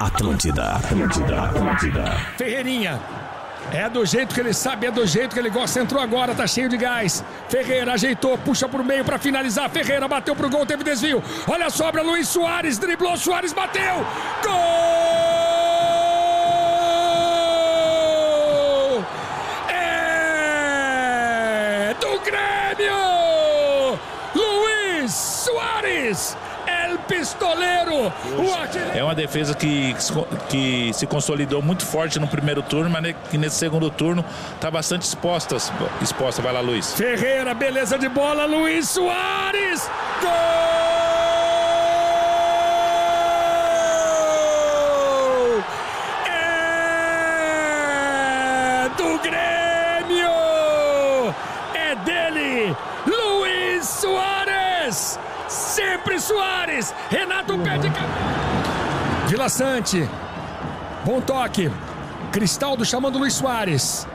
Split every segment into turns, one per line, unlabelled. Atlântida, Atlântida, Atlântida.
Ferreirinha. É do jeito que ele sabe, é do jeito que ele gosta. Entrou agora, tá cheio de gás. Ferreira ajeitou, puxa pro meio pra finalizar. Ferreira bateu pro gol, teve desvio. Olha a sobra, Luiz Soares driblou, Soares bateu. Gol! É do Grêmio! Luiz Soares! El Pistoleiro! O artilheiro!
É uma defesa que, que se consolidou muito forte no primeiro turno, mas ne- que nesse segundo turno está bastante exposta. Exposta, vai lá, Luiz.
Ferreira, beleza de bola, Luiz Soares! Gol! É do Grêmio! É dele, Luiz Soares! Sempre Soares! Renato perde cabeça! Vila Sante, bom toque. Cristaldo chamando Luiz Soares.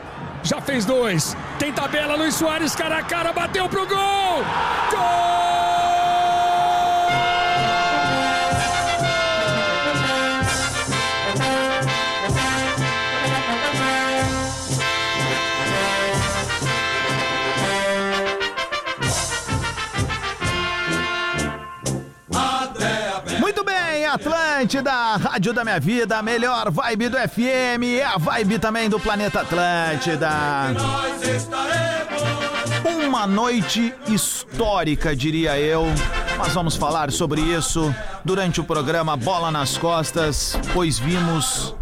Já fez dois. Tem tabela, Luiz Soares, cara a cara, bateu pro gol!
Muito bem, Atlântida, Rádio da Minha Vida, a melhor vibe do FM e a vibe também do planeta Atlântida. Uma noite histórica, diria eu. Nós vamos falar sobre isso durante o programa Bola nas Costas, pois vimos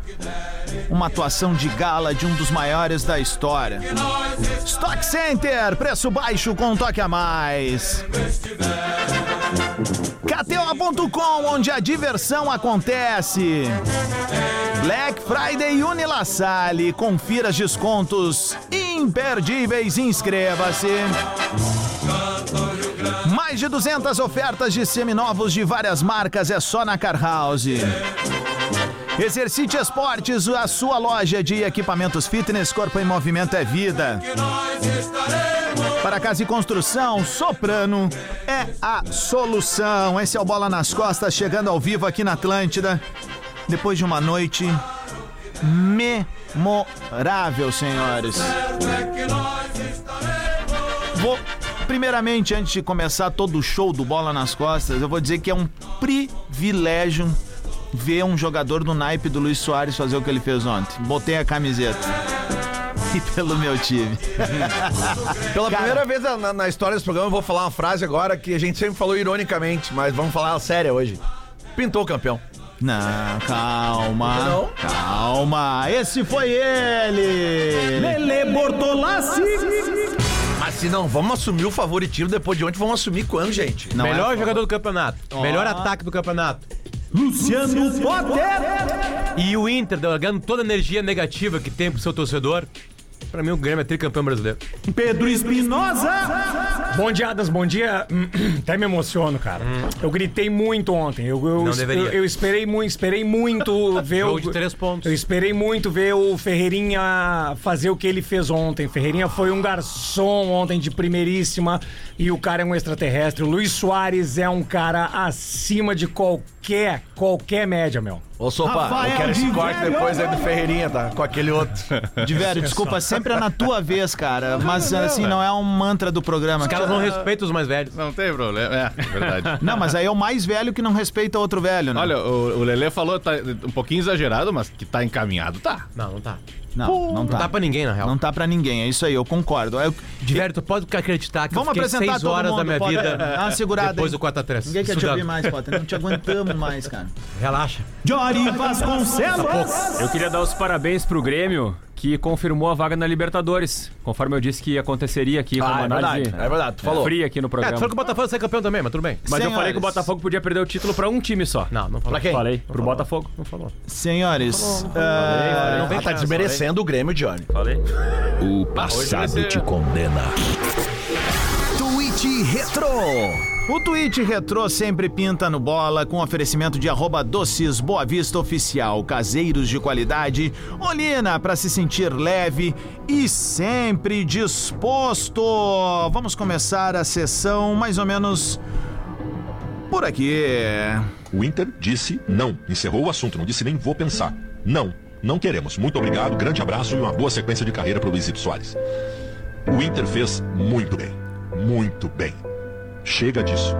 uma atuação de gala de um dos maiores da história. Stock Center, preço baixo com um toque a mais. KTO.com, onde a diversão acontece. Black Friday Unilassale. Confira os descontos imperdíveis. Inscreva-se. Mais de 200 ofertas de seminovos de várias marcas é só na Car House. Exercite Esportes, a sua loja de equipamentos fitness, corpo em movimento é vida. Para casa e construção, Soprano é a solução. Esse é o Bola nas Costas, chegando ao vivo aqui na Atlântida. Depois de uma noite memorável, senhores. Vou, primeiramente, antes de começar todo o show do Bola nas Costas, eu vou dizer que é um privilégio ver um jogador do naipe do Luiz Soares fazer o que ele fez ontem. Botei a camiseta. E pelo meu time.
Pela
Cara.
primeira vez na- na, na história desse programa, eu vou falar uma frase agora que a gente sempre falou ironicamente, mas vamos falar séria hoje. Pintou o campeão.
Não, calma.
Não?
Calma. Esse foi ele.
Mas se não, vamos assumir o favoritismo depois de ontem, vamos assumir quando, gente?
Não é-
Melhor jogador do campeonato. Melhor ataque do campeonato. Luciano Potter! E o Inter delegando toda a energia negativa que tem pro seu torcedor. Pra mim, o Grêmio é tricampeão brasileiro.
Bom dia, Adas, bom dia. Hum, Até me emociono, cara. Eu gritei muito ontem. Eu, eu,
Hum. Não deveria.
eu- eu esperei muito, esperei muito ver
Jogo
o.
de três pontos.
Eu esperei muito ver o Ferreirinha fazer o que ele fez ontem. Ferreirinha foi um garçom ontem de primeiríssima e o cara é um extraterrestre. O Luiz Soares é um cara acima de qualquer, qualquer média, meu.
Ô, Sopa, eu quero esse corte depois aí do Ferreirinha, tá? Com aquele outro.
De velho, desculpa, sempre é na tua vez, cara. Mas assim, não é um mantra do programa.
Os caras não respeitam os mais velhos.
Não tem problema. É, verdade.
Não, mas aí é o mais velho que não respeita outro velho, né?
Olha, o, o Lelê falou, tá um pouquinho exagerado, mas que tá encaminhado, tá.
Não, não tá.
não, não
Não tá
tá.
pra ninguém, na real.
Não tá pra ninguém, é isso aí, eu concordo. Eu-
De velho, tu pode acreditar que
Vamos
eu fiquei
apresentar
seis
todo
horas
mundo,
da minha
pode-
vida
dá uma segurada
depois
aí.
do 4x3.
Ninguém quer te ouvir mais, Potter. Não te aguentamos mais, cara.
Relaxa. É,
Jory Vasconcelos!
Eu queria dar os parabéns pro Grêmio, que confirmou a vaga na Libertadores, conforme eu disse que aconteceria aqui, com uma
Ah, é verdade,
análise
é verdade, tu falou.
fria aqui no
É,
programa.
tu falou que o Botafogo sai campeão também, mas tudo bem.
Mas eu falei que o
Senhores.
Botafogo podia perder o título pra um time só.
Não, não falou.
Pra quem?
Falei, pro Botafogo. Não falou.
Senhores,
Falei, não vem
Ah, tá
com essa,
desmerecendo o Grêmio, Johnny.
Falei.
O passado te condena.
Tweet Retro. O tweet retrô sempre pinta no bola com oferecimento de arroba doces Boa Vista Oficial, caseiros de qualidade, Olina para se sentir leve e sempre disposto. Vamos começar a sessão mais ou menos por aqui.
O Inter disse não. Encerrou o assunto, não disse nem vou pensar. Não, não queremos. Muito obrigado, grande abraço e uma boa sequência de carreira para o Luizito Soares. O Inter fez muito bem. Muito bem. Chega disso.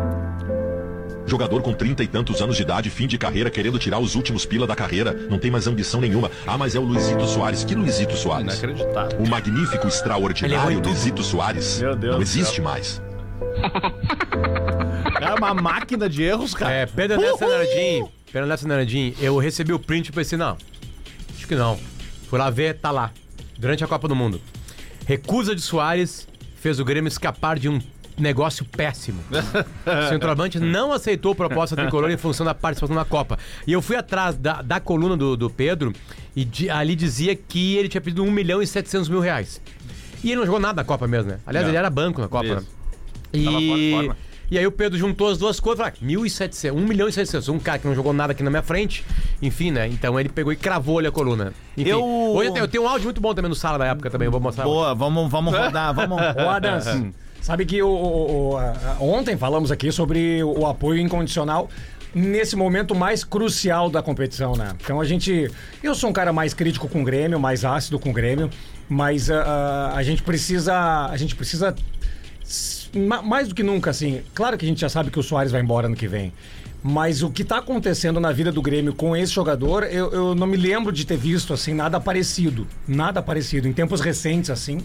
Jogador com trinta e tantos anos de idade, fim de carreira, querendo tirar os últimos pila da carreira, não tem mais ambição nenhuma. Ah, mas é o Luizito Soares. Que Luizito Soares?
Inacreditável.
O magnífico, extraordinário Luizito Soares
Meu Deus
não
do céu.
existe mais.
É uma máquina de erros, cara.
Tá.
É, Pedro Neto Naradim. Pedro Neto Naradim, eu recebi o print e pensei, não, acho que não. Fui lá ver, tá lá. Durante a Copa do Mundo. Recusa de Soares fez o Grêmio escapar de um negócio péssimo. O centroavante não aceitou a proposta tricolor em função da participação na Copa. E eu fui atrás da, da coluna do, do Pedro e di- ali dizia que ele tinha pedido 1 milhão e 700 mil reais. E ele não jogou nada na Copa mesmo, né? Aliás, ele era banco na Copa,
Isso.
né? E...
Tava fora de forma.
E aí o Pedro juntou as duas coisas, falou, ah, 1.700, 1 milhão e 700, um cara que não jogou nada aqui na minha frente, enfim, né? Então ele pegou e cravou ali a coluna. Enfim,
Eu-
Hoje eu tenho, eu tenho um áudio muito bom também no Sala da época também, eu vou mostrar.
Boa, vamos, vamos rodar, vamos.
Ô, Adams, sabe que o, o- o- a- a- ontem falamos aqui sobre o, o apoio incondicional nesse momento mais crucial da competição, né? Então a gente. Eu sou um cara mais crítico com o Grêmio, mais ácido com o Grêmio, mas a, a- a gente precisa. A gente precisa. s- ma- Mais do que nunca, assim. Claro que a gente já sabe que o Soares vai embora ano que vem. Mas o que tá acontecendo na vida do Grêmio com esse jogador, eu, eu não me lembro de ter visto, assim, nada parecido. Nada parecido. Em tempos recentes, assim.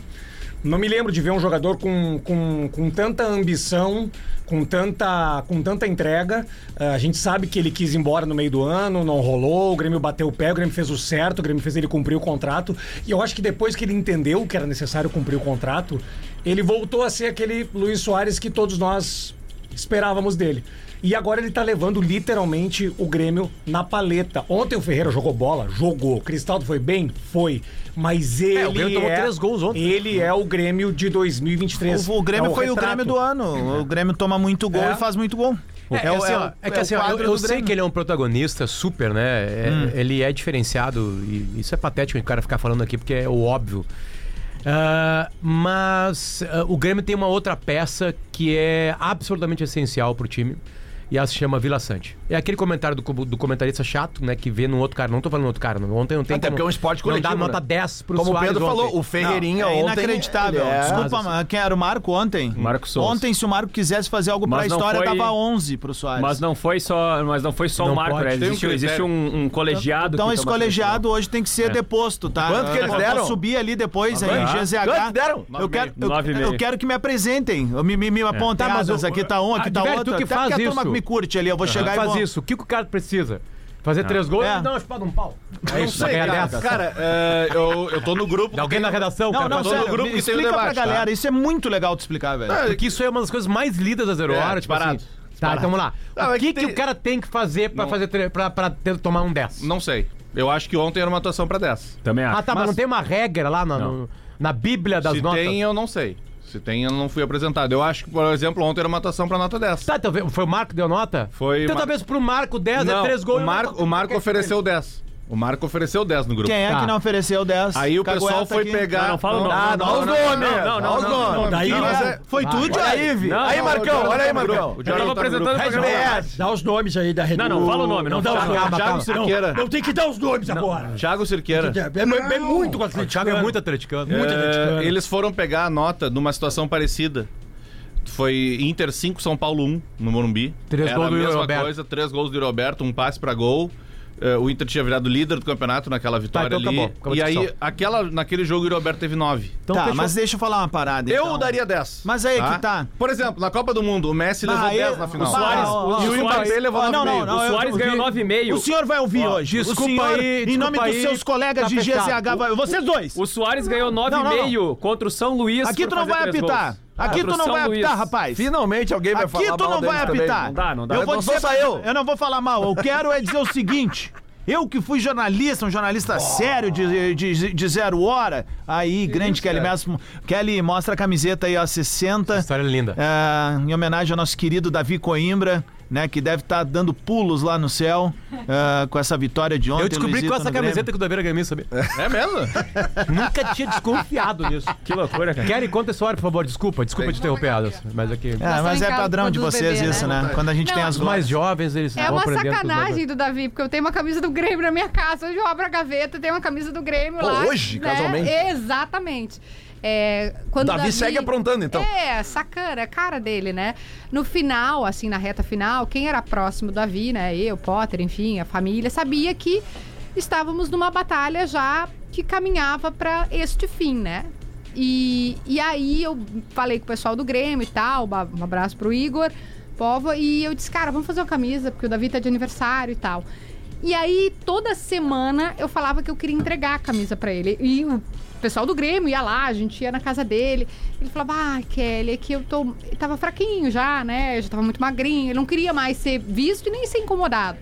Não me lembro de ver um jogador com, com, com tanta ambição, com tanta, com tanta entrega. Ah, a gente sabe que ele quis ir embora no meio do ano, não rolou, o Grêmio bateu o pé, o Grêmio fez o certo, o Grêmio fez ele cumprir o contrato. E eu acho que depois que ele entendeu que era necessário cumprir o contrato, ele voltou a ser aquele Luiz Soares que todos nós esperávamos dele. E agora ele tá levando literalmente o Grêmio na paleta. Ontem o Ferreira jogou bola, jogou. Cristaldo foi bem? Foi. Mas ele.
o Grêmio tomou
é-
três gols ontem.
ele é o Grêmio de 2023.
O, o Grêmio
É
um
foi
retrato.
o Grêmio do ano. O Grêmio toma muito gol
É.
e faz muito gol.
É, que assim, ó,
o-
é que
é o
assim, ó, eu,
quadro
eu
do
sei
Grêmio. Hum.
que ele é um protagonista super, né? É- Ele é diferenciado e isso é patético o cara ficar falando aqui porque é o óbvio. Ah, mas ah, o Grêmio tem uma outra peça que é absolutamente essencial pro time e ela se chama Vila Sante. É aquele comentário do, co- do comentarista chato, né? Que vê no outro cara. Não tô falando no outro cara, não. ontem não tem
Até
como-
porque é um esporte coletivo,
Não dá nota
né?
10 pro
Como o
Suárez
Pedro falou,
ontem.
o Ferreirinha
é
ontem.
inacreditável.
ele é-
Desculpa,
Mas,
mas quem era o Marco ontem?
Marco Souza.
Ontem, se o Marco quisesse fazer algo pra
Mas não
história,
foi-
dava 11 pro Soares.
Mas
é
não foi só, mas não foi só
Não
o Marco,
pode.
né?
Tem um
Existe,
critério.
existe um, um colegiado.
Então
que
esse
toma
colegiado hoje tem que ser deposto, tá?
Quanto que eles
Eu vou
deram?
subir ali depois, aí, GZH.
Quanto deram?
Eu quero, eu,
Nove e meio.
eu quero que me apresentem. Eu me, me, me apontem,
Tá, mas
ah, mas
o-
aqui tá um,
Ah,
aqui tá
Diverto,
outro.
tu que
Até
faz
a turma
isso.
que me curte ali, eu vou chegar
Quem
e
faz
vou...
isso. O que, que o cara precisa? Fazer três gols
É.
e dar uma espada, um pau. É isso,
Sei,
ganhar
cara,
10.
cara é, eu, eu tô no grupo.
Dá alguém na redação,
Não,
cara. tá
não,
pra-
sério,
no grupo
me
que tem o
explica pra
debate, tá?
galera. Isso é muito legal de explicar, velho.
Porque isso é uma das coisas mais lidas da Zero
É,
Hora, tipo
disparado,
assim. Tá, então vamos lá.
Não,
o
é
que,
que
que
tem-
o cara tem que fazer pra,
Não.
fazer tre- pra, pra ter- tomar um 10?
Não sei. Eu acho que ontem era uma atuação pra 10.
decisão. Também acho.
Ah, tá, mas, não tem uma regra lá na, no- na bíblia das
Se
notas?
tem, eu não sei. Se tem, eu não fui apresentado. Eu acho que, por exemplo, ontem era uma atuação pra nota 10.
Tá, então foi o Marco que deu nota?
Foi
Então
o Mar-
talvez pro Marco 10 é
Não,
3 gols.
o Marco, o Marco ofereceu 10. O Marco ofereceu 10 no grupo.
Quem é
Tá.
que não ofereceu 10?
Aí o pessoal
Cagueta
foi
aqui.
pegar.
Não, não fala o nome.
Ah,
Não,
dá
não,
os
não,
nomes.
né?
não, não,
dá
não,
os
não,
nomes.
Daí,
Não, mas é-
Foi tudo,
Vai.
aí, Vi.
Não,
Aí,
não,
Marcão, olha aí, Marcão.
O
Eu tava apresentando o programa.
É, Dá os nomes aí da rede.
Não, não, fala o nome, não.
dá os
Thiago-
nomes.
Thiago
Não,
Cirqueira.
Não, tem que dar os nomes agora.
Thiago Cirqueira.
É, é- é muito com
O Thiago é muito atleticano.
Muito
É,
atleticano.
eles foram pegar a nota numa situação parecida. Foi Inter 5, São Paulo 1 no Morumbi.
Três
Era
gols
a
do Yuri
mesma
Alberto.
coisa, três gols do Roberto, um passe pra gol. É, o Inter tinha virado líder do campeonato naquela vitória
então
ali.
acabou. Acabou a
e aí,
discussão.
aquela, naquele jogo, o Roberto teve 9.
tá,
Então, fechou.
mas deixa eu falar uma parada.
Eu
então.
daria 10.
Mas aí que tá.
Por exemplo, na Copa do Mundo, o Messi levou
Ah,
10
eu-
na final.
o Suárez- o
e o
Suárez-
Mbappé levou
Ó,
9,5.
não, não, não,
O
eu-
Soares
eu-
ganhou 9,5.
O senhor vai ouvir hoje.
desculpa
o senhor,
aí,
em
desculpa
nome dos
aí,
seus colegas
tá
de GZH,
fechado.
vai, vocês dois.
O Soares ganhou
não, não.
9,5 contra o São Luís.
Aqui
por
tu não
fazer
vai
três
apitar.
gols.
Aqui
Contra
tu
o
não
São
vai apitar,
Luz.
rapaz.
Finalmente alguém vai falar
Aqui tu
mal
não
deles
vai
também.
apitar.
Não dá, não dá.
Eu vou
Não sou
dizer,
só eu.
Eu não vou falar mal. Eu quero é dizer o seguinte. Eu que fui jornalista, um jornalista sério de, de, de zero hora. Aí, grande Kelly Mesmo. Kelly, mostra a camiseta aí, ó, é, 60.
História linda.
É, em homenagem ao nosso querido Davi Coimbra, né? Que deve estar dando pulos lá no céu ah, com essa vitória de ontem.
Eu descobri
Luizito,
com essa
tá no Grêmio.
camiseta que o Daveira ganhou, sabia?
É mesmo?
Nunca tinha desconfiado nisso.
Que loucura, cara.
Querem conta essa hora, por favor? Desculpa, desculpa te interromper, Adams, mas aqui.
É, mas
Tá em
é
casa
padrão de
quando os
vocês
bebê,
isso,
né?
né? Quando a gente tem
Não,
as
Os mais jovens, eles
É
vão
uma
aprendendo com os mais
sacanagem do Davi, porque eu tenho uma camisa do Grêmio na minha casa. Hoje eu abro a gaveta, tenho uma camisa do Grêmio
Pô,
lá. né?
hoje, casualmente?
Exatamente. É, quando o
Davi segue aprontando, então.
É, sacana, a cara dele, né? No final, assim, na reta final, quem era próximo do Davi, né? Eu, Potter, enfim, a família, sabia que estávamos numa batalha já que caminhava para este fim, né? E, e aí eu falei com o pessoal do Grêmio e tal, ba- um abraço pro Igor, Povo, e eu disse, cara, vamos fazer uma camisa, porque o Davi tá de aniversário e tal. E aí, toda semana, eu falava que eu queria entregar a camisa pra ele. E o pessoal do Grêmio ia lá, a gente ia na casa dele. Ele falava, ah, Kelly, é que eu tô... Eu tava fraquinho já, né? Eu já tava muito magrinho. Ele não queria mais ser visto e nem ser incomodado.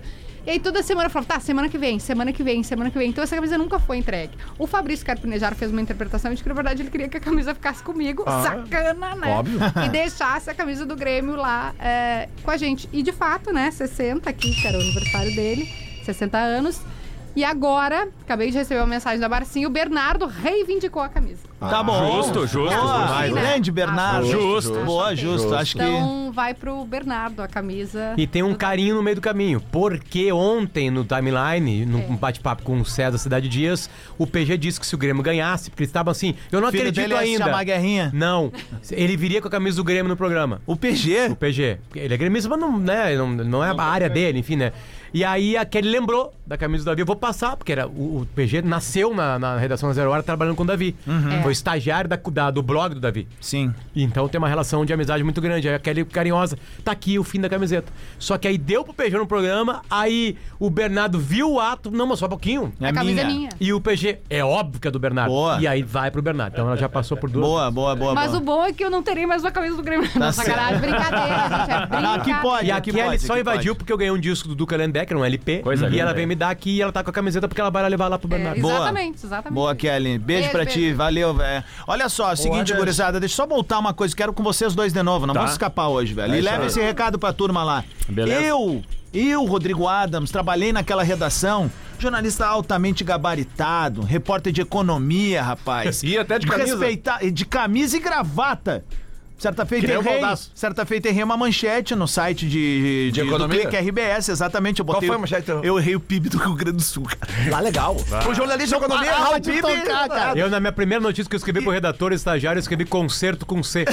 E aí toda semana eu falava, tá, semana que vem, semana que vem, semana que vem. Então essa camisa nunca foi entregue. O Fabrício Carpinejar fez uma interpretação de que, na verdade, ele queria que a camisa ficasse comigo. sacana, né?
óbvio.
E deixasse a camisa do Grêmio lá é, com a gente. E de fato, né, 60 aqui, que era o aniversário dele, 60 anos. E agora, acabei de receber uma mensagem da Marcinha, o Bernardo reivindicou a camisa.
Tá bom.
Justo, justo.
Boa,
Vai, vai.
né? grande Bernardo.
Justo.
Boa, justo. Acho que.
Então vai pro Bernardo a camisa.
E tem um carinho no meio do caminho, porque ontem no timeline, num
É.
bate-papo com o César Cidade Dias, o PG disse que se o Grêmio ganhasse, porque eles estavam assim, eu não
Filho
acredito
dele é ia se
ainda.
chamar Guerrinha?
Não, ele viria com a camisa do Grêmio no programa.
O PG.
O PG. Porque Ele é gremista, mas não, né, não, não é a área dele, enfim, né? E aí aquele lembrou da camisa do Davi. Eu vou passar, porque era, o, o PG nasceu na, na redação da Zero Hora trabalhando com o Davi. Foi estagiário da- da- do blog do Davi.
Sim.
Então tem uma relação de amizade muito grande. Aí a Kelly carinhosa, tá aqui o fim da camiseta. Só que aí deu pro PG no programa, aí o Bernardo viu o ato, não, mas só um pouquinho.
É
a camisa é minha.
E o PG, é óbvio que é do Bernardo.
Boa.
E aí vai pro Bernardo. Então ela já passou por duas.
Boa, boa, boa.
Mas
boa.
o bom é que eu não terei mais uma camisa do Grêmio. Tá Nossa,
certo.
caralho, brincadeira, gente. É brincadeira.
Não, aqui pode,
E aqui
aqui
a Kelly
pode,
só
aqui
invadiu
pode.
porque eu ganhei um disco do Duca Lendecker, um LP.
Coisa
e
linda,
ela veio
hein?
me dar aqui e ela tá com a camiseta porque ela vai levar lá pro
É,
Bernardo.
Boa.
exatamente, exatamente.
Boa, é Kelly. Beijo
Beijo,
pra ti.
beijo.
Valeu, velho. Olha só, é o seguinte, gurizada, deixa eu só voltar uma coisa. Quero com vocês dois de novo. Não vamos escapar hoje, velho. e leva esse recado pra turma lá.
Beleza.
Eu, eu, Rodrigo Adams, trabalhei naquela redação. Jornalista altamente gabaritado, repórter de economia, rapaz.
E até de camisa.
Respeitar, de camisa e gravata. Certa feita,
nem o
errei,
Baldasso.
certa feita errei uma manchete no site de, de, do
economia?
Clique RBS, exatamente. Eu
Qual
botei
foi
o-
a manchete?
Eu errei o PIB do Rio Grande do Sul, cara.
Lá legal. O jornalista de economia
parava
errar o
de
PIB.
tocar, cara.
Eu, na minha primeira notícia que eu escrevi pro redator e estagiário, eu escrevi concerto com C.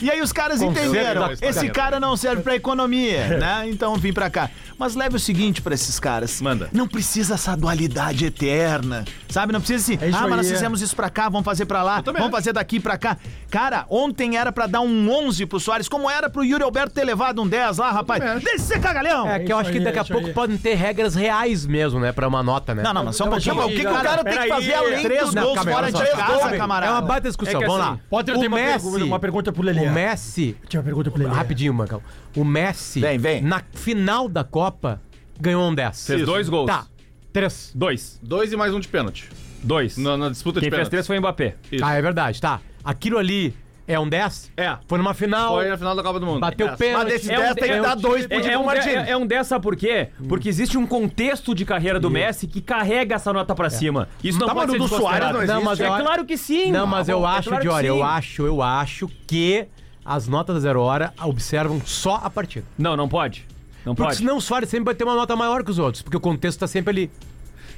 E aí os caras
Conceito
entenderam.
da
Esse cara não serve pra economia,
É.
né? Então vim pra cá. Mas leve o seguinte pra esses caras.
Manda.
Não precisa essa dualidade eterna. Sabe? Não precisa assim.
isso
ah, mas nós
aí, é."
fizemos isso pra cá, vamos fazer pra lá, vamos fazer daqui pra cá. Cara, ontem era pra dar um 11 pro Soares, como era pro Yuri Alberto ter levado um 10 lá, rapaz. Deixa de ser cagalhão.
É que eu acho que daqui a pouco podem ter regras reais mesmo, né? Pra uma nota, né?
Não, não, mas só um pouquinho.
mas
o que, que o cara tem que fazer além
Três
dos gols fora de casa,
É uma
camarada?
baita discussão. Vamos lá.
Potter
o
tem uma
Messi,
pergunta- uma pergunta pro Lelê.
O Messi.
Tinha uma pergunta pro Lelê.
Rapidinho, Mancão. O Messi.
Vem, vem.
Na final da Copa, ganhou um 10.
Fez dois gols.
Tá. Três.
Dois.
Dois e mais um de pênalti.
Dois.
Na, na disputa
Quem
de
fez
pênalti.
três foi o Mbappé.
Isso.
Ah, é verdade, tá. Aquilo ali é um 10?
É.
Foi numa final.
Foi na final da Copa do Mundo.
Bateu pênalti.
Mas desse
É um
10 tem que
de-
dar 2 pro
É, é,
Diego
um, de-
Martins.
é, é um 10, sabe por quê? Porque existe um contexto de carreira do Messi que carrega essa nota pra cima. Isso não
Tá,
pode
mas
ser
o do Suárez
desconsiderado.
não existe.
Não, mas
é
eu-
claro que sim.
Não, mas eu
É
acho,
claro que
Diori,
sim.
eu acho, eu acho que as notas da zero hora observam só a partida.
Não, não pode. Não
Porque
pode.
senão o Soares sempre vai ter uma nota maior que os outros, porque o contexto tá sempre ali.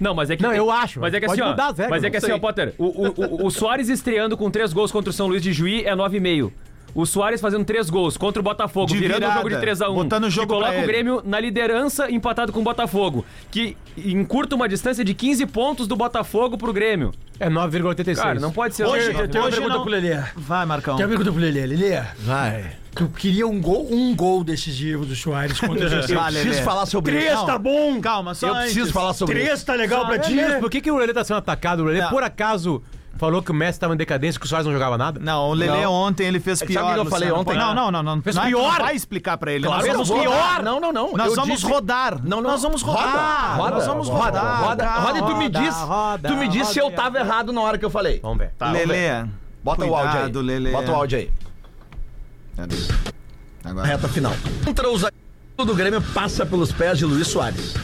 Não, mas é que.
Não, eu acho,
Mas é que
pode
assim,
mudar
ó.
as regras,
mas é que
não
assim, ó, Potter. O, o, o, o Soares estreando com três gols contra o São Luís de Juí é 9,5. O Soares fazendo três gols contra o Botafogo,
De
virando o
virada,
jogo de 3x1.
botando o jogo
que coloca
pra
o
ele.
Grêmio na liderança, empatado com o Botafogo. Que encurta uma distância de 15 pontos do Botafogo pro Grêmio.
É 9,86.
Cara, não pode ser
Hoje-
assim.
Tem uma
hoje
pergunta
não-
pro Lelê.
Vai, Marcão.
Tem uma pergunta pro Lelê. Lelê,
Vai.
tu queria um gol, um gol decisivo do Soares contra o José.
Vai, Lelê.
Preciso falar sobre
Três
isso.
tá bom.
Calma, só
Eu preciso
antes.
falar sobre isso.
Três tá legal pra ti.
Por que, que o Lelê tá sendo atacado? O Lelê,
Não.
por acaso, falou que o Messi tava em decadência, que o Soares não jogava nada?
Não, o Lelê ontem ele fez pior.
sabe o É que eu falei
Luciano.
ontem?
Não, não, não, não.
Fez
não é que
pior?
Não vai explicar pra ele.
Claro
nós
que eu
vamos
vou.
rodar.
Não, não, não.
Nós
Eu
vamos
disse-
rodar.
Não, não.
Nós vamos
Ah,
rodar.
Roda,
nós vamos
roda,
rodar.
Roda, roda e tu me diz.
roda,
tu me diz se eu
roda.
tava errado na hora que eu falei.
Vamos ver.
Tá,
vamos ver.
Lelê.
Bota o áudio aí.
Cuidado, Lelê.
Bota o áudio aí.
Cadê? Agora.
Reta final. Contra os
do Grêmio passa pelos pés de Luiz Soares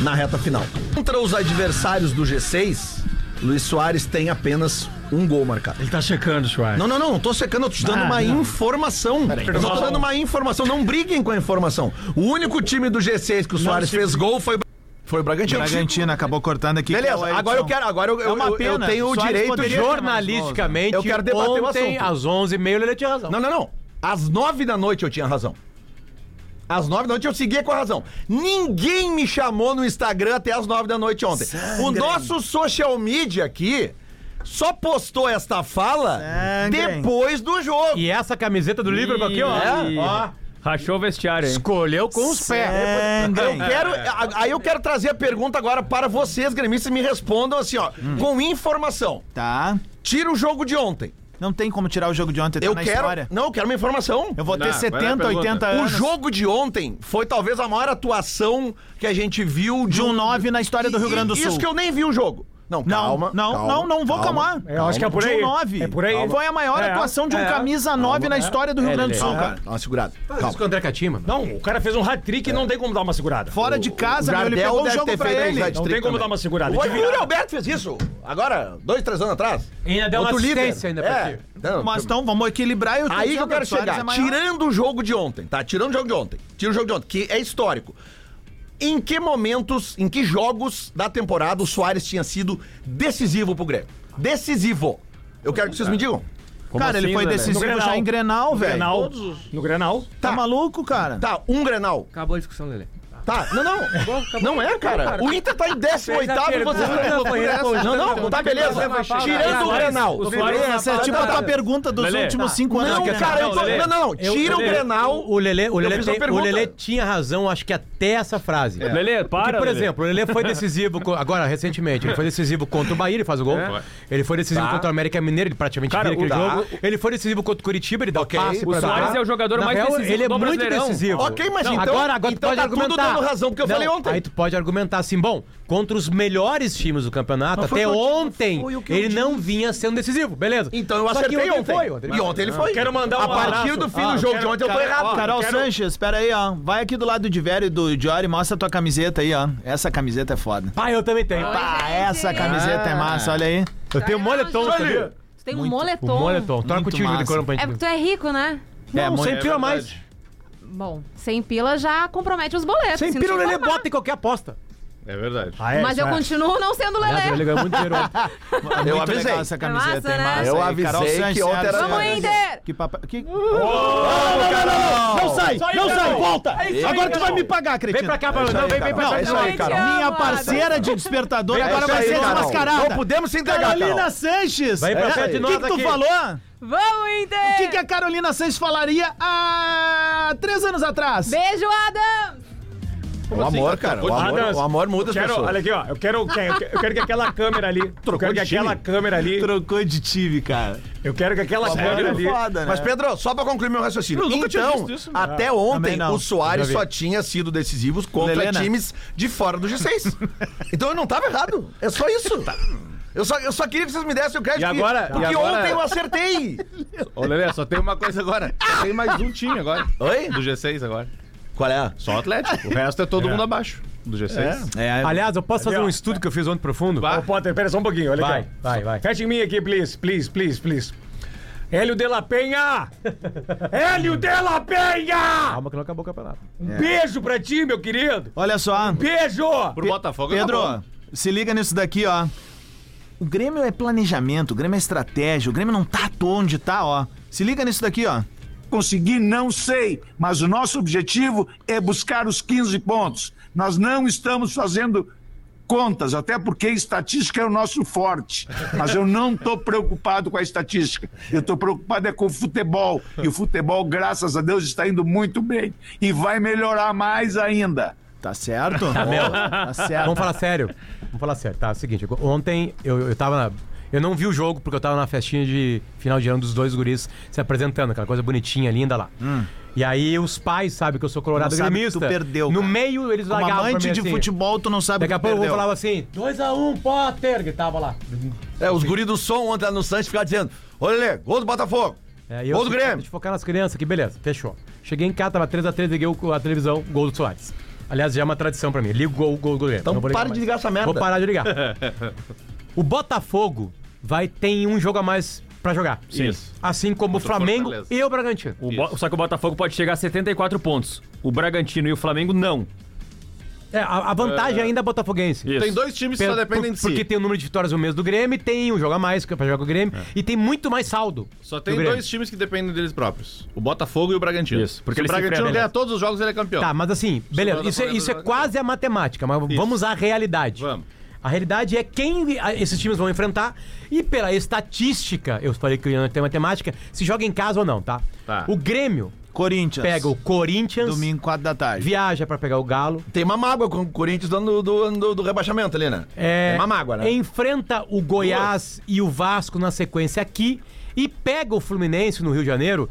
na reta final. Contra os adversários do G6, Luiz Soares tem apenas um gol marcado.
Ele tá checando, Soares.
Não, não, não, não tô secando, eu tô te dando
Ah,
uma
não.
informação.
Peraí.
eu só tô dando uma informação, não briguem com a informação. O único time do G6 que o Soares fez gol foi
foi o Bragantino.
Bragantino acabou cortando aqui. que é o
Beleza,
Edson.
agora eu quero, agora eu,
É uma
eu- eu
pena,
tenho o
Soares
direito de
poderia ter mais gols,
eu quero debater
ontem,
o assunto.
às 11h30, ele tinha razão.
Não, não, não. Às nove da noite eu tinha razão. Às nove da noite eu seguia com a razão. Ninguém me chamou no Instagram até às nove da noite ontem. O nosso social media aqui só postou esta fala
Sangrem.
depois do jogo.
E essa camiseta do Liverpool aqui, ó.
É, ó.
Rachou o vestiário, hein?
Escolheu com os
É,
É,
pés.
Eu quero, a- aí eu quero trazer a pergunta agora para vocês, gremistas, e me respondam assim, ó,
Hum.
com informação.
Tá.
Tira o jogo de ontem.
Não tem como tirar o jogo de ontem, tá
Eu
na
quero.
história.
Não, eu quero uma informação.
Eu vou ter 70, 80 anos.
O jogo de ontem foi talvez a maior atuação que a gente viu
de um 9 na história do Rio Grande do Sul.
Isso que eu nem vi o jogo. Não,
Não,
calma.
não,
calma,
não, não vou
calma.
calmar.
Eu acho que é por
De um
aí.
nove.
É por aí.
Calma. Foi a maior
É,
atuação de um
é.
camisa 9 na história do Rio Grande do Sul, cara.
Dá uma segurada.
Isso com o André Catima.
Não, o cara fez um hat-trick e não tem como dar uma segurada.
Fora de casa, meu, ele
Jardel
pegou o
deve
jogo
ter
pra
feito
ele.
um hat-trick
Não tem como
também.
dar uma segurada.
O
De
Yuri
virada.
Alberto fez isso. Agora, dois, três anos atrás.
Ainda deu uma
Outro líder.
assistência ainda pra
é,
ti.
não,
Mas então, vamos equilibrar e tô
Aí que eu
dizendo,
quero
o Soares
chegar.
é maior.
Tirando o jogo de ontem, tá? Tirando o jogo de ontem. Tira o jogo de ontem, que é histórico. Em que momentos, em que jogos da temporada o Soares tinha sido decisivo pro Grêmio? Decisivo. Eu quero que vocês me digam.
Cara, ele
assim,
foi
né, velho?
decisivo
No Grenal.
já em Grenal,
No
velho.
Grenal. No Grenal.
Tá maluco, cara?
Tá, um Grenal.
Acabou a discussão, Lele.
Tá, não, não. Não é, cara. O Inter tá em 18 e vocês
pergunta,
estão
foi
essa. Não, não, tá beleza. Tirando o Grenal. tá
O
É,
Soares
Essa é tipo a tua pergunta dos
Lelê,
últimos
tá.
5 anos.
Não,
Não,
cara, eu tô-
Lelê.
não, não, não.
Eu-
Tira o
Lelê,
Grenal.
O Lelê, o
Eu
Lelê,
fiz uma
tem- o
pergunta.
Lelê tinha razão, acho que até essa frase.
Lelê, para,
Porque, por
Lelê.
exemplo, o Lelê foi decisivo, co- agora recentemente, ele foi decisivo contra o Bahia, ele faz o gol. Ele foi decisivo contra o América Mineiro, ele praticamente
Cara,
vira aquele
o-
jogo. Ele foi decisivo contra o Curitiba, ele dá o passe
O
pra
Soares
dar.
é o jogador
Na
mais
real,
decisivo
Ele é
do
muito
Brasileirão.
decisivo.
Ok, mas
Não,
então-
agora, agora tu
então
pode
tá tudo
argumentar.
dando razão porque eu falei ontem.
Aí tu pode argumentar assim, bom, contra os melhores times do campeonato,
Mas foi
até
o que eu disse,
ontem,
foi o que eu
ele
disse.
não vinha sendo decisivo, beleza.
Então eu
Só que
acertei ontem.
Foi,
E ontem ele foi.
Quero mandar um
A partir
abraço.
do fim
Ah,
do jogo
quero-
de ontem eu tô
cara,
errado.
ó,
Carol
quero-
Sanches, pera aí, ó. Vai aqui do lado do Diverio e do Diori, mostra tua camiseta aí, ó. Essa camiseta é foda.
Pá, eu também tenho. Pá,
Pá, essa camiseta é massa, olha aí.
eu tenho moletom,
Olha,
sabia?
Tu tem um moletom.
O moletom. Troca
Muito
o time de
massa.
corno pra
É
gente.
porque tu é rico, né?
É,
Não,
muito-
sem
é
pila mais.
Bom, sem pila já compromete os boletos.
Sem
se não
pila, o
te
Lelê
informar.
bota em qualquer aposta.
É verdade.
Ah, é,
Mas eu
isso é.
continuo né? não sendo
Aliás, o Lelê
Lelé.
ganhou muito dinheiro ontem.
Eu
avisei.
avisei. Essa
É massa,
camiseta é
né?
massa.
Eu
aí.
avisei
Carol
que
Sanches,
ontem era
senhoras e
Vamos,
senhores.
Inter!
Que papai... Que...
Não sai, não sai, volta.
Agora tu vai me pagar, cretino.
Vem pra cá, Paulo. Não, vem, vem pra
Não,
cá.
é isso aí,
Também te
Carol.
amo,
Minha
Adam.
parceira de despertador
Vem
agora
pra
vai
cá,
ser
Carol.
desmascarada.
Não podemos se entregar,
Carolina
Carol.
Sanches.
Vem pra
É.
frente de
O que
nós
que tu
aqui.
falou?
Vamos,
O
Inter!
é-
que, que a Carolina Sanches falaria há três anos atrás?
Beijo, Adam!
O amor, cara. O
Ah,
amor,
Adams,
o amor muda
eu
as
quero, Olha
pessoas.
aqui, ó. Eu quero, que- eu quero- eu quero que aquela câmera ali. eu quero que
de time?
aquela câmera ali.
Trocou é de time, cara.
Eu quero que aquela câmera ali.
né?
Mas, Pedro, só pra concluir meu raciocínio. então,
né?
até
Também
ontem,
não.
o Soares
Já vi.
só tinha sido decisivo contra
né?
Lelena.
times de fora do G6. então eu não tava errado. É só isso. Eu só, eu só queria que vocês me dessem o crédito
Tá. E agora-
que,
e
que
agora-
ontem eu acertei.
Ô, Lelê, só tem uma coisa agora. Tem mais um time agora.
Oi?
Do G6 agora.
Qual é?
Só o Atlético. O resto é todo mundo abaixo do G6.
Aliás, eu posso fazer
Entendeu?
um estudo que eu fiz ontem profundo?
Vai.
Ô, Potter, pera só um pouquinho, olha
Vai,
aqui. ó.
vai, vai.
Fecha em mim aqui, please, please, please, please. Hélio de la Penha! Hélio de la Penha!
Calma que não acabou o campeonato.
Um beijo pra ti, meu querido!
Olha só,
Beijo!
Pro Botafogo
Pedro,
acabou.
se liga nisso daqui, ó. O Grêmio é planejamento, o Grêmio é estratégia, o Grêmio não tá à toa onde tá, ó. Se liga nisso daqui, ó.
conseguir, não sei, mas o nosso objetivo é buscar os 15 pontos. Nós não estamos fazendo contas, até porque estatística é o nosso forte. Mas eu não estou preocupado com a estatística. Eu estou preocupado é com o futebol. E o futebol, graças a Deus, está indo muito bem. E vai melhorar mais ainda.
Tá certo? Tá, certo.
Vamos falar sério. Vamos falar sério. Tá, é o seguinte. Ontem eu, eu tava na... Eu não vi o jogo porque eu tava na festinha de final de ano dos dois guris se apresentando, aquela coisa bonitinha, linda lá. E aí os pais sabem que eu sou colorado
Hum. Não sabe que
gremista.
tu perdeu,
No
cara.
meio eles
Como
largavam pra
amante
mim
de
assim.
futebol, tu não sabe
Daqui a
que
pouco eu
perdeu.
falava assim, 2x1, Potter, gritava lá.
É, os guri do som ontem lá no Santos ficaram dizendo: Olha, Lelê, gol do Botafogo.
É, e eu
gol do
fico-
Grêmio.
De focar nas crianças aqui, beleza, fechou. Cheguei em casa, tava 3x3, liguei o- a televisão, gol do Soares. Aliás, já é uma tradição pra mim. Ligo gol, gol, gol.
Então para de ligar essa merda.
Vou parar de ligar. O Botafogo vai ter um jogo a mais pra jogar.
Sim.
Assim como o
Contra o
Flamengo
Fortaleza.
e o Bragantino.
O Bo- Só que o Botafogo pode chegar a 74 pontos. O Bragantino e o Flamengo não.
É, a, a vantagem
É.
ainda é botafoguense.
Isso. Tem dois
times que só dependem de si. É.
Porque tem o número de vitórias no mês do Grêmio, tem um jogo a mais que- pra jogar com o Grêmio, e tem muito mais saldo.
Só
do
tem
Grêmio.
dois times que dependem deles próprios: o Botafogo e o Bragantino. Isso,
porque
se
eles se
o
né?
Bragantino
enfrentam.
ganhar todos os jogos, ele é campeão.
Tá, mas assim, beleza, isso, é- isso é quase a matemática, mas vamos à realidade. Vamos. A realidade é quem a- esses times vão enfrentar e pela estatística, eu falei que eu não tem matemática, se joga em casa ou não, tá?
Tá.
O Grêmio
Corinthians.
pega o Corinthians,
Domingo, 4 da tarde.
viaja pra pegar o Galo,
Tem uma mágoa com o Corinthians do, ano do, do, do rebaixamento ali, né?
é,
Tem uma mágoa, né?
enfrenta o Goiás e o Vasco na sequência aqui e pega o Fluminense no Rio de Janeiro,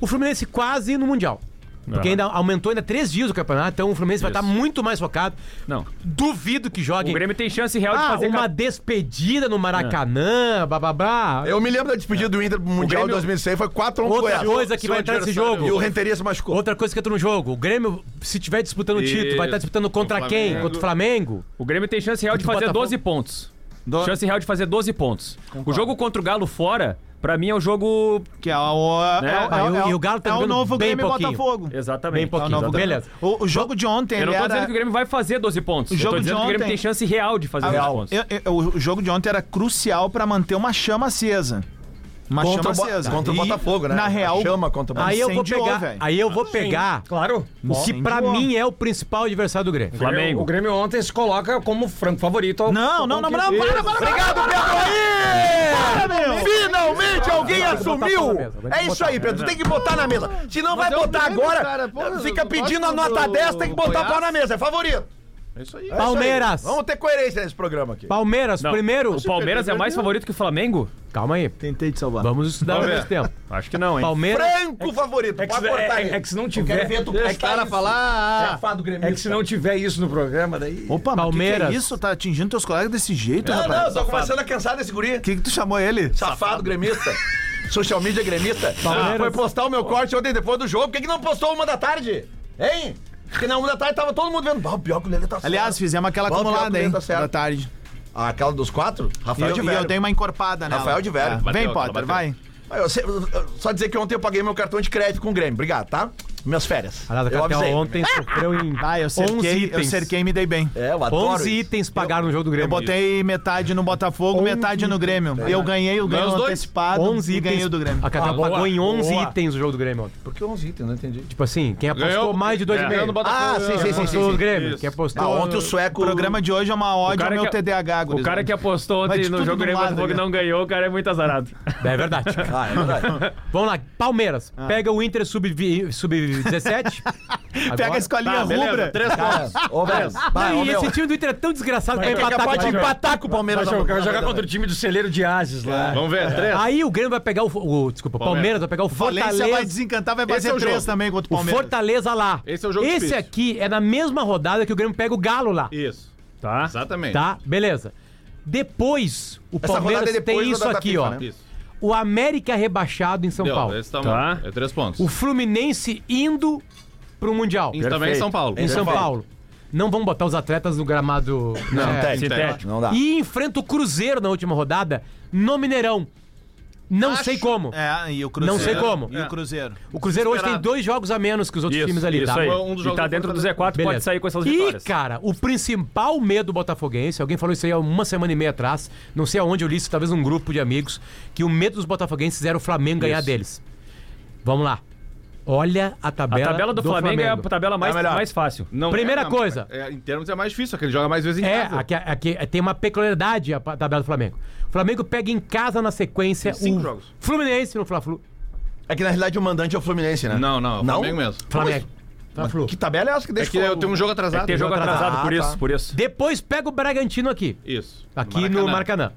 o Fluminense quase no Mundial. Porque
Aham.
ainda aumentou ainda três dias o campeonato, então o Fluminense vai
Isso.
estar muito mais focado.
Não.
Duvido que jogue.
O Grêmio tem chance real de
assim, Ah,
fazer É.
uma
ca-
despedida no Maracanã, blá blá blá.
Eu me lembro da despedida do Inter pro Mundial
Grêmio-
de 2006, foi um 4 1
Outra coisa que vai entrar nesse
é
jogo.
E o Renteria se machucou.
Outra coisa que entra no jogo. O Grêmio, se tiver disputando o título, vai estar
Isso.
disputando contra
O
quem?
Flamengo.
Contra o Flamengo?
O Grêmio tem chance real de
Contra o
fazer
Botafogo?
12 pontos. Chance real de fazer 12 pontos. O jogo contra o Galo fora, pra mim é o jogo.
Que é o.
Né?
é o- é o-
Ah, e o-
é
e
o Galo tá é o jogando novo bem Grêmio e pouquinho. Botafogo.
Exatamente.
Bem pouquinho,
É o novo
exatamente.
Grêmio.
O, o jogo de ontem.
Eu não
ele
tô
era...
dizendo que o Grêmio vai fazer 12 pontos.
O jogo
eu tô
de
dizendo que o Grêmio
ontem-
tem
Ah,
chance real de fazer 12 pontos.
Eu- eu- o jogo de ontem era crucial pra manter uma chama acesa. Uma
Contra
chama
o Bo-
acesa.
contra o
E,
Botafogo, né?
Na real.
Chama contra o
Botafogo.
Aí eu vou pegar, aí eu vou pegar
claro.
o que pra
Incendiou.
mim é o principal adversário do Grêmio.
O Grêmio ontem se coloca como franco favorito. ao-
Não, não, não, não, para, para, para,
Obrigado, Pedro! Aí! Finalmente alguém
Vai botar fora
assumiu!
mesmo, vai
É isso
botar.
aí, Pedro. Tem que botar na mesa. Se não vai
Mas é o
botar
Grêmio,
agora,
cara, pô,
fica
não
pedindo a
gosta
nota
do-
10, tem que
do
botar
Goiás?
pau na mesa. É favorito.
É isso aí.
É isso aí.
Palmeiras.
Vamos ter coerência nesse programa aqui.
Palmeiras,
Não.
primeiro.
O Palmeiras é mais favorito que o Flamengo?
Calma aí.
Tentei te salvar.
Vamos estudar ao
Vamos ver.
mesmo tempo.
Acho que não, hein?
Palmeiras.
Franco favorito.
É que,
Pode
se-
cortar
é,
aí.
é que se não
Eu
tiver.
ver tu
é,
cortar
que,
isso. É
falar.
fado
é
gremista.
que se não tiver isso no programa, né, daí.
Opa, mas o que que
Palmeiras.
é isso? Tá atingindo teus colegas desse jeito,
Não, não,
rapaz?
tô começando a cansar desse guri.
O que, que tu chamou ele?
Safado gremista. Social media gremista.
Palmeiras.
Ah, Foi postar o meu
Tá
corte ontem depois do jogo. Por que, que não postou uma da tarde? Hein? Porque na uma da tarde tava todo mundo vendo. Ah, o pior que o Lelê tá certo.
Aliás, fizemos aquela
Bom, pior que
acumulada,
o
hein?
Lelê tá certo.
Da tarde.
Ah, aquela dos quatro?
E eu,
Rafael de
e
Vério.
eu dei uma encorpada, né?
Rafael de Vério.
Bateu
Vem,
aquela,
Potter,
bateu.
vai.
Ah, eu sei- eu- eu- Só dizer que ontem eu paguei meu cartão de crédito com o Grêmio. Obrigado, tá? Minhas férias.
Aliás, a
eu
Catel ontem sofreu em
Ah, eu
11
cerquei, eu
itens.
cerquei e me dei bem.
É, eu adoro
11
isso.
itens pagaram no jogo do Grêmio.
Eu botei metade no Botafogo, metade no Grêmio. Eu ganhei o Grêmio
os dois?
antecipado
11
e
itens.
ganhei o do Grêmio.
A Catel
Ah, boa,
pagou em 11
boa.
itens o jogo do Grêmio ontem.
Por que 11 itens? Não entendi.
Tipo assim, quem apostou
Ganhou-
mais de dois
é.
e
Ganhou
meio.
no Botafogo.
Ah, sim, sim,
Quem
sim,
apostou
sim,
do Grêmio.
Isso.
Quem apostou.
Ah, ontem o sueco.
O programa de hoje é uma ode ao
cara
meu
que-
TDAH,
O cara
é-
que apostou
né? Vai de
ontem no
tudo
jogo
do
Grêmio
lado,
Botafogo e
né?
não ganhou, o cara é muito azarado.
É verdade.
Ah, é verdade. Ah.
Vamos lá, Palmeiras. Pega o Inter sub-17.
Pega a escolinha rubra.
Três pontos.
Ô, velho. vai, ô,
e
meu.
esse time do Inter é tão desgraçado que vai
Vai
empatar
capaz
com o
de
Grêmio.
Empatar com o Palmeiras.
Vai jogar,
na-
jogar contra o time do celeiro de Ases
É.
lá.
Vamos ver, três.
Aí o Grêmio vai pegar o. o- desculpa, o Palmeiras vai pegar o
Valência vai
Fortaleza.
desencantar, vai
Esse é
fazer
o
três
jogo.
também contra o
O
Palmeiras.
Fortaleza lá.
Esse é o jogo
Esse
difícil.
aqui é na mesma rodada que o Grêmio pega o Galo lá.
Isso.
Tá?
Exatamente.
Tá? Beleza. Depois, o
Essa
Palmeiras
rodada é depois
tem
da
isso
data
aqui,
FIFA,
ó.
né?
Isso.
O América rebaixado em São
Deu,
Paulo.
esse tá,
Tá.
bom. É três pontos.
O Fluminense indo pro Mundial.
E também em São Paulo.
Em São Paulo. Não vão botar os atletas no gramado.
Não,
né,
tem,
Tá.
sintético.
Não dá.
E enfrenta o Cruzeiro na última rodada no Mineirão. Não sei como.
É, e o Cruzeiro.
Não sei como.
E o Cruzeiro.
O Cruzeiro hoje tem
Esperado.
dois jogos a menos que os outros
Isso,
times ali,
isso
tá?
aí.
Um dos
e
jogos
tá
do
dentro do
Fortaleza.
Z4, pode sair com essas
E,
vitórias.
cara, o principal medo do Botafoguense, alguém falou isso aí há uma semana e meia atrás, não sei aonde eu li isso, talvez num grupo de amigos, que o medo dos botafoguenses era o Flamengo ganhar
Isso.
deles. Vamos lá. Olha a
a
tabela,
tabela do, Flamengo, é a tabela mais,
É a melhor.
mais fácil.
Não,
Primeira
é, não,
coisa.
é, em termos é mais difícil, porque ele joga mais vezes em
É,
casa.
aqui, aqui- tem uma peculiaridade a pa- tabela do Flamengo. O Flamengo pega em casa na sequência
Tem cinco
o
jogos.
Fluminense no Fla-Flu.
É que na realidade o mandante é o Fluminense, né?
Não, não, é o
Não?
Flamengo mesmo.
Flamengo. Fla-Flu.
Que tabela é essa que
É
deixa
que eu tenho um jogo
É
atrasado.
que tem jogo atrasado,
Ah,
por isso, por isso.
Depois pega o Bragantino aqui.
Isso.
Aqui no Maracanã.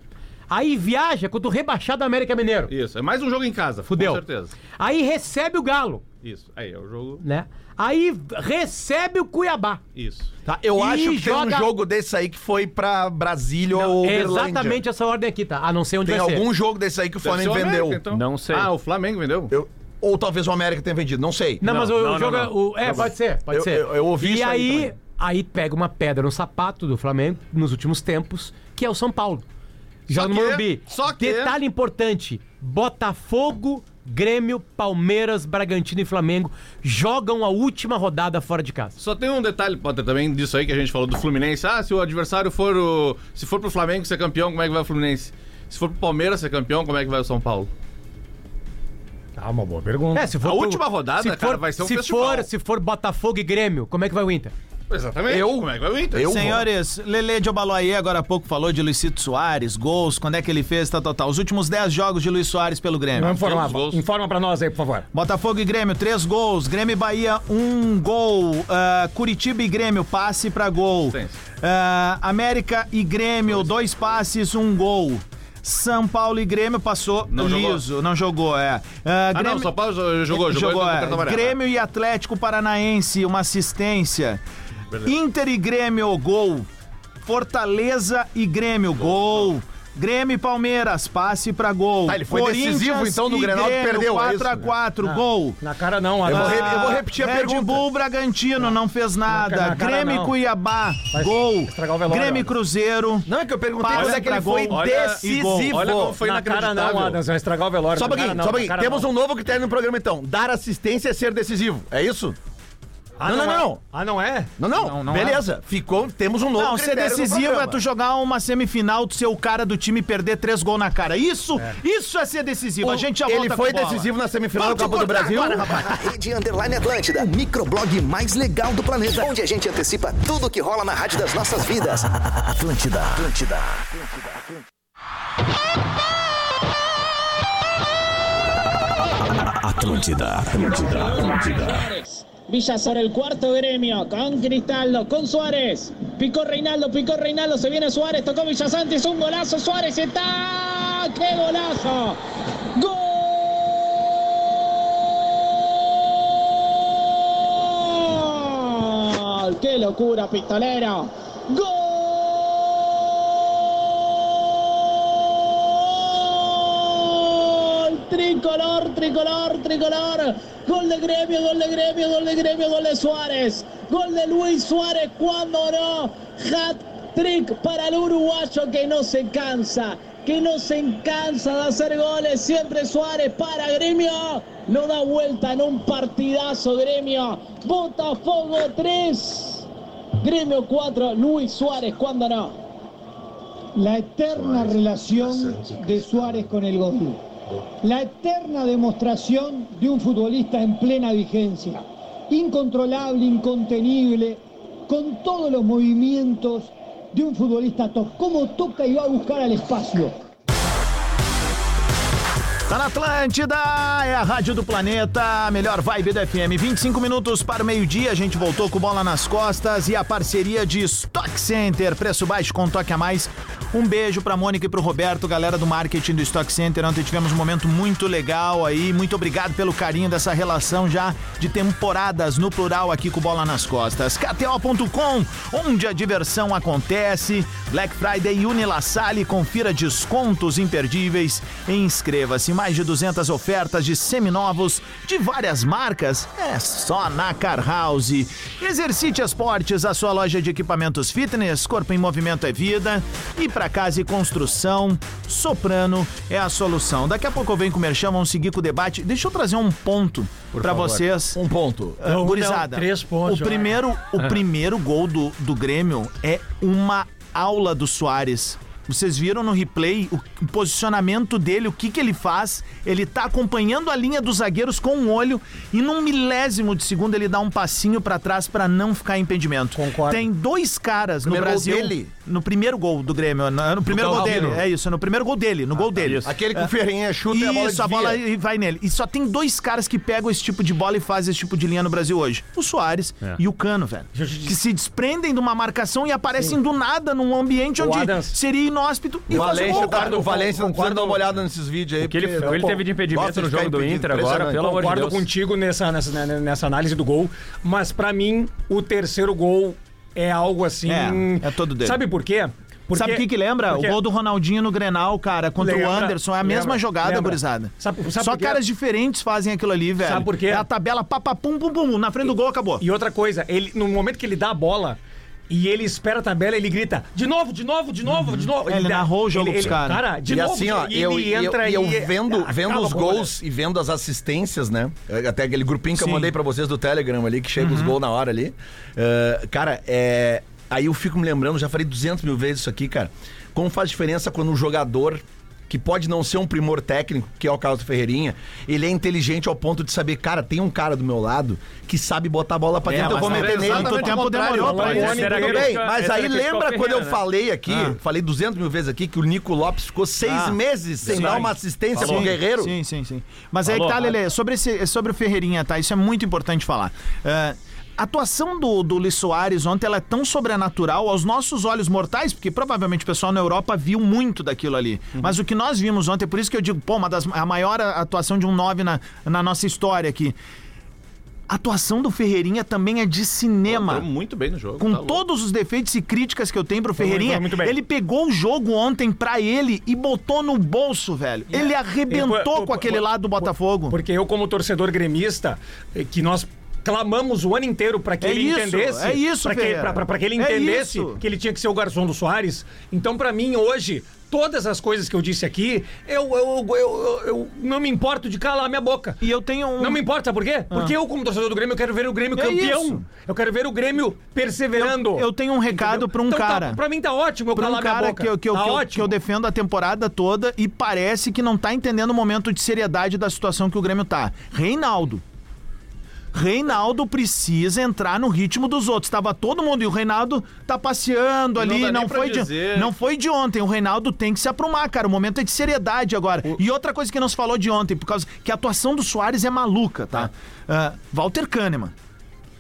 Aí viaja contra o rebaixado da América Mineiro.
Isso. É mais um jogo em casa.
Fudeu.
Com certeza.
Aí recebe o Galo,
Isso. Aí é o jogo.
né? Aí v- recebe o Cuiabá.
Isso.
Tá, eu
Ih,
acho que tem
joga-
um jogo desse aí que foi pra Brasília ou
É
Uberlândia.
exatamente essa ordem aqui, tá? A não ser onde
Tem
vai ser.
algum jogo desse aí que o
Deve ser
Flamengo
o América,
vendeu.
então.
Não sei.
Ah, o Flamengo vendeu?
Eu- Ou talvez o América tenha vendido, não sei.
Não, mas o, o jogo é- o- é. pode ser, pode
Eu-
ser.
eu- eu ouvi
e
isso aí
aí,
também.
aí pega uma pedra no sapato do Flamengo nos últimos tempos, que é o São Paulo. Joga no
que-
Morumbi.
só que-
Detalhe importante: Botafogo, Grêmio, Palmeiras, Bragantino e Flamengo jogam a última rodada fora de casa.
Só tem um detalhe, Potter, também disso aí que a gente falou do Fluminense. Ah, se o adversário for o. Se for pro Flamengo ser campeão, como é que vai o Fluminense? Se for pro Palmeiras ser campeão, como é que vai o São Paulo?
Ah, uma boa pergunta.
É, se for
A
pro-
última rodada,
se
cara, vai ser um
se
festival.
for, se for Botafogo e Grêmio, como é que vai o Inter?
Exatamente. Como é que vai o Inter?
Senhores, Lele de Obaloaie agora há pouco falou de Luicito Soares, gols, quando é que ele fez, tal, tal, tal. Os últimos 10 jogos de Luiz Soares pelo Grêmio.
Vamos informar. Informa pra nós aí, por favor.
Botafogo e Grêmio, três gols. Grêmio e Bahia, um gol. Ah, Curitiba e Grêmio, passe pra gol. Ah, América e Grêmio, dois passes, um gol. São Paulo e Grêmio passou
Não jogou.
liso, não jogou, é. Ah,
Ah, não, São Paulo jogou, jogou,
jogou,
jogou
é.
cartão amarelo.
Grêmio e Atlético Paranaense, uma assistência. Inter e Grêmio, gol. Fortaleza e Grêmio, gol. Grêmio e Palmeiras, passe pra gol.
Tá, ele foi decisivo, então, no
e
Grenal,
Grêmio,
perdeu, é
4
isso,
a
né?
4
Ah,
gol.
Na cara não,
Eu vou re-
Ah,
eu vou repetir a
Red
pergunta.
Bull Bragantino não fez nada.
na cara
Grêmio
não.
e Cuiabá,
Vai
gol.
estragar o velório,
Grêmio e
Adams.
Cruzeiro.
Não, é que eu perguntei
Passa
quando é que
pra
ele foi
gol.
Olha- e
decisivo.
gol. Olha como foi
na cara
inacreditável.
não, Adams, vai estragar o velório.
Só um
Na cara
pouquinho,
não,
só um
na
pouquinho.
cara
Temos
não.
um novo critério no programa, então. Dar assistência é ser decisivo. É isso?
Ah,
não, não, não,
é?
não.
Ah, não é?
Não, não.
Não, não
Beleza. Ficou, temos um novo
Não, ser
critério no
decisivo é
programa.
tu jogar uma semifinal, tu ser o cara do time e perder três gols na cara. Isso, isso é ser decisivo. A gente já
Ele
volta
foi
com bola.
decisivo na semifinal
Vou
da
te
Copa do
cortar
Brasil.
agora, rapaz. Na Rede Underline Atlântida, o microblog mais legal do planeta, onde a gente antecipa tudo que rola na rádio das nossas vidas. Atlântida, Atlântida.
Atlântida, Atlântida, Atlântida.
Villazar el cuarto gremio con Cristaldo, con Suárez. Picó Reinaldo, picó Reinaldo, se viene Suárez, tocó Villasantes, un golazo, Suárez está. ¡Qué golazo! ¡Gol! ¡Qué locura, pistolero! ¡Gol! Tricolor, tricolor, tricolor. Gol de gremio, gol de gremio, gol de gremio, gol de Suárez. Gol de Luis Suárez, cuando no. Hat trick para el uruguayo que no se cansa, que no se cansa de hacer goles. Siempre Suárez para gremio. Lo da vuelta en un partidazo gremio. Botafogo 3. Gremio 4, Luis Suárez, cuando no. La eterna relación de Suárez con el gol. La eterna demostración de un futbolista en plena vigencia. Incontrolable, incontenible, con todos los movimientos de un futbolista top. Cómo toca y va a buscar al espacio.
Tá na Atlântida, é a rádio do planeta, a melhor vibe do FM. 25 minutos para o meio-dia, a gente voltou com bola nas costas e a parceria de Stock Center, preço baixo com toque a mais. Um beijo pra Mônica e pro Roberto, galera do marketing do Stock Center. Ontem tivemos um momento muito legal aí. Muito obrigado pelo carinho dessa relação já de temporadas no plural aqui com bola nas costas. KTO.com, onde a diversão acontece. Black Friday e Unilassale, confira descontos imperdíveis e inscreva-se. Mais de 200 ofertas de seminovos de várias marcas é só na Car House. Exercite Esportes, a sua loja de equipamentos fitness, corpo em movimento é vida. E para casa e construção, Soprano é a solução. Daqui a pouco eu venho com o Merchan, vamos seguir com o debate. Deixa eu trazer um ponto para
favor.
vocês.
Um ponto.
Ah,
Não,
gurizada,
não, Então, três pontos,
o
Jorge.
primeiro, o
É.
primeiro gol do, do Grêmio é uma aula do Soares. Vocês viram no replay o o posicionamento dele, o que, que ele faz. Ele tá acompanhando a linha dos zagueiros com um olho e num milésimo de segundo ele dá um passinho pra trás pra não ficar em impedimento.
Concordo.
Tem dois caras no
Primeiro gol
Brasil.
dele? Então,
No primeiro gol do Grêmio, no, no primeiro gol dele.
Galvino.
É isso, no primeiro gol dele, no gol
Ah, tá.
dele.
Aquele que o Ferrinha chuta e a bola
Isso, a bola
desvia.
e vai nele. E só tem dois caras que pegam esse tipo de bola e fazem esse tipo de linha no Brasil hoje. O Soares e o Cano, velho. Que se desprendem de uma marcação e aparecem do nada num ambiente
O
onde
Adams.
seria inóspito e
O
fazem
Valência,
gol, cara.
tá, o Valência não precisa dar uma olhada nesses vídeos aí.
que ele-
porque,
o que ele
pô,
teve de impedimento
gosta
no
ficar
jogo do
impedido,
Inter agora,
impressionante.
pelo amor de
Concordo
Deus.
contigo nessa, nessa, nessa análise do gol, mas pra mim o terceiro gol é algo assim.
É, é todo dele.
Sabe por quê? Porque-
Sabe o que, que lembra?
porque-
O gol do Ronaldinho no Grenal, cara, contra o
Lembra,
Anderson. É a mesma
lembra,
jogada,
lembra.
gurizada.
Sabe- sabe
Só
por quê?
caras diferentes fazem aquilo ali, velho.
Sabe por quê?
É a tabela papapum, pum, pum, pum. Na frente do gol acabou.
E outra coisa, ele, no momento que ele dá a bola e ele espera a tabela, ele grita: de novo, de novo, de novo, de novo.
É, ele
dá-
narrou o jogo pros caras.
Cara, de
e
novo,
assim, ó,
e
eu,
ele
e eu-
entra
e eu
e-
vendo,
acaba
vendo os
com a bola.
gols e vendo as assistências, né? Até aquele grupinho que
Sim.
eu mandei pra vocês do Telegram ali, que chega os gols na hora ali. Ah, cara, é. Aí eu fico me lembrando, já falei 200 mil vezes isso aqui, cara. Como faz diferença quando um jogador que pode não ser um primor técnico, que é o caso do Ferreirinha, ele é inteligente ao ponto de saber, cara, tem um cara do meu lado que sabe botar a bola pra
É,
Então
dentro, eu vou
mas tá
meter nele.
exatamente
Quanto
ao contrário, Alonso,
isso?
essa
Tudo
era a
bem,
crítica-
mas
essa
aí
era a crítica
lembra
ao
quando eu
Ferreira, né?
falei aqui,
Ah.
falei 200 mil vezes aqui, que o Nico Lopes ficou seis
Ah,
meses sem
sim.
dar uma assistência
Sim,
pro Guerreiro?
Sim, sim, sim. Mas aí
Falou,
que tá,
vai.
Lelê, sobre, esse, sobre o Ferreirinha, tá? Isso é muito importante falar. É, a atuação do, do Luiz Soares ontem ela é tão sobrenatural aos nossos olhos mortais, porque provavelmente o pessoal na Europa viu muito daquilo ali.
Uhum.
Mas o que nós vimos ontem, por isso que eu digo, pô, uma das, a maior atuação de um 9 na, na nossa história aqui. A atuação do Ferreirinha também é de cinema.
muito bem no jogo.
Com
tá louco. Tá
todos os defeitos e críticas que eu tenho pro
Foi
Ferreirinha,
é muito bem.
ele pegou o jogo ontem pra ele e botou no bolso, velho.
é-
Ele arrebentou
Eu- eu-
com aquele
eu-
lado do Botafogo.
Porque eu, como torcedor gremista, eh, que nós clamamos o ano inteiro para que
É
ele
isso,
entendesse.
é isso,
pra que,
Ferreira.
pra- pra- pra que ele
É
entendesse
isso.
que ele tinha que ser o garçom do Soares. Então, para mim, hoje. Todas as coisas que eu disse aqui, eu, eu, eu, eu- eu não me importo de calar a minha boca.
E eu tenho um...
Não me importa, sabe por quê? Porque eu, como torcedor do Grêmio, eu quero ver o Grêmio
Ah. É
campeão.
isso.
Eu quero ver o Grêmio perseverando.
Eu tenho um recado pra um
Então tá,
cara.
pra mim tá ótimo eu
pra
calar
um
minha
cara
boca.
que eu, que, eu,
Tá
que eu-
ótimo.
que eu defendo a temporada toda e parece que não tá entendendo o momento de seriedade da situação que o Grêmio tá. Reinaldo. Reinaldo precisa entrar no ritmo dos outros. Tava todo mundo e o Reinaldo tá passeando
E não
ali,
dá
não,
nem pra
foi de
dizer.
não foi de ontem. O Reinaldo tem que se aprumar, cara. O momento é de seriedade agora. E outra coisa que não se falou de ontem, por causa que a atuação do Soares é maluca, tá?
É.
Ah, Walter Kahneman.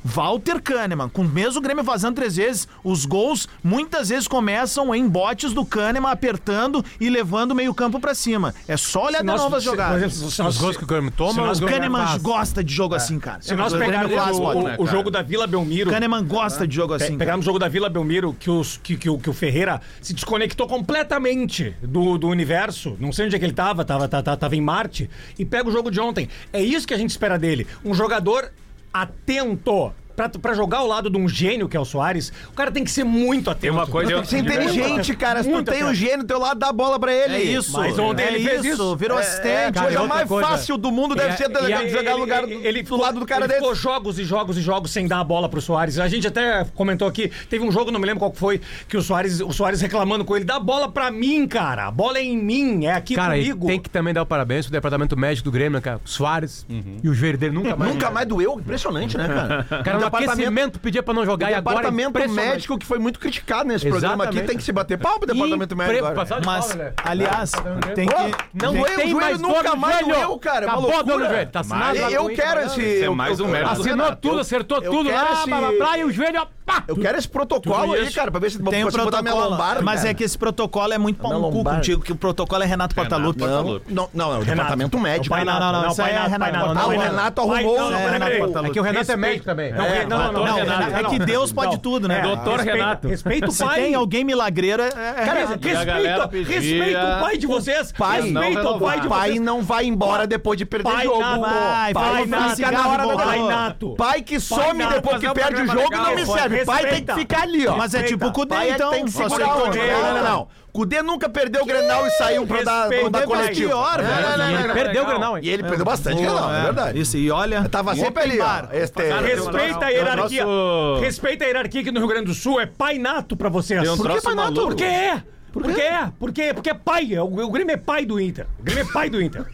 Walter Kahneman, com mesmo o Grêmio vazando três vezes, os gols muitas vezes começam em botes do Kahneman apertando e levando o meio-campo pra cima. É só olhar
Se
de
nós-
novo as
se-
jogadas.
por exemplo, se nós- Os gols que o Grêmio toma,
Se nós-
o
o
Grêmio
Kahneman
faz. É.
gosta de jogo assim, cara.
Se nós
O Grêmio
pegarmos
faz, é
o, né,
bola.
o- o jogo da Vila Belmiro.
Kahneman gosta de jogo
Pe-
assim,
Pegarmos o jogo da Vila Belmiro, que, os, que, que o- que o Ferreira se desconectou completamente do, do universo. Não sei onde é que ele tava, tava, ta- ta- tava em Marte. E pega o jogo de ontem. É isso que a gente espera dele. Um jogador atento. Pra, pra jogar ao lado de um gênio que é o Soares, o cara tem que ser muito atento.
Tem uma coisa-
Tem que ser inteligente, cara. Se tu tem um
gênio do teu lado, dá a bola pra ele.
É isso. Mas ontem
é
ele fez isso.
Virou
É,
assistente.
é, cara, e
coisa
outra
mais
coisa-
fácil do mundo deve
E
ser
a- e a-
delegado jogar no lugar
ele-
do,
ele
do lado do cara
ele
dele.
Ficou jogos e jogos e jogos sem dar a bola pro Soares. A gente até comentou aqui, teve um jogo, não me lembro qual que foi, que o Soares, o Soares reclamando com ele, dá a bola pra mim, cara. A bola é em mim, é aqui
Cara, e
comigo.
tem que também dar o parabéns pro departamento médico do Grêmio, né, cara? O Soares
Uhum.
e o joelho dele nunca mais.
Nunca mais doeu, impressionante, né, cara?
Cara,
O
no
departamento-
aquecimento pedia pra não
O
jogar e agora. é
departamento
impressionante.
médico que foi muito criticado nesse programa aqui
Exatamente.
tem que se bater pau pro departamento
Impre-
médico.
passado
Agora.
de
Mas,
palma, né?
aliás, tem que-
não
tem-
doeu,
tem
o joelho
mais dor
nunca
no
mais
joelho.
doeu, cara. é uma
Acabou a dor no
loucura.
joelho, tá assinado
Mas
lá
eu
com
quero
o
esse.
Inter, né? Isso é
eu-
mais um
eu-
mérito do Assinou Renato. tudo, acertou
eu
tudo
quero
lá,
esse-
blá, blá, blá, e o joelho, ó, pá!
Eu quero esse protocolo
Tudo
aí,
isso.
cara, pra ver se
tem um
se eu botar minha
protocolo,
lombar.
mas
cara.
é que esse protocolo é muito pau no cu
lombar.
contigo, que o protocolo é Renato Portaluppi.
Não, não, não, é o departamento médico.
Não, não, não, isso aí é Renato.
Ah, o Renato arrumou.
Não, não,
É,
peraí.
Portaluppi.
É que o Renato é
Respeito.
médico também.
É,
não, não, não, Renato, É que Deus pode tudo, né?
Doutor
Respeito-
Renato.
Respeito o
Se
pai.
tem
alguém milagreiro, é.
Cara, respeita, respeita o pai de vocês.
Pai,
respeita
não,
o pai de
pai
vocês.
não vai embora depois de perder
Pai
jogo.
nato.
pô.
Vai,
pai
vai,
não
vai,
fica
cigarro
na hora da
voltou.
pai,
Pai nato.
pai que some
Pai nato.
depois que
Fazer um
perde o
programa
jogo
legal,
não me
pô.
serve. Pai tem que
Respeita.
ficar ali, ó.
Mas é tipo o Cudê,
Pai
então,
Tem que
só
segurar
aceitou
o
de
Cudê.
bola.
Não, não, não. Cudê nunca perdeu o Grenal e saiu pra dar, pra dar
Respeito,
coletivo. É,
pior, velho. E ele perdeu o Grenal, hein?
E ele perdeu bastante
É,
Grenal, é verdade.
Isso, e olha...
Tava sempre ali, ó. é, Este-
um
Respeita a hierarquia.
É o nosso-
Respeita a hierarquia aqui no Rio Grande do Sul. É pai nato pra vocês.
Tem um
Por que
troço
pai nato?
maluco.
Porque é. Porque é. Porque, porque é pai. O, o Grêmio é pai do Inter. O Grêmio é pai do Inter.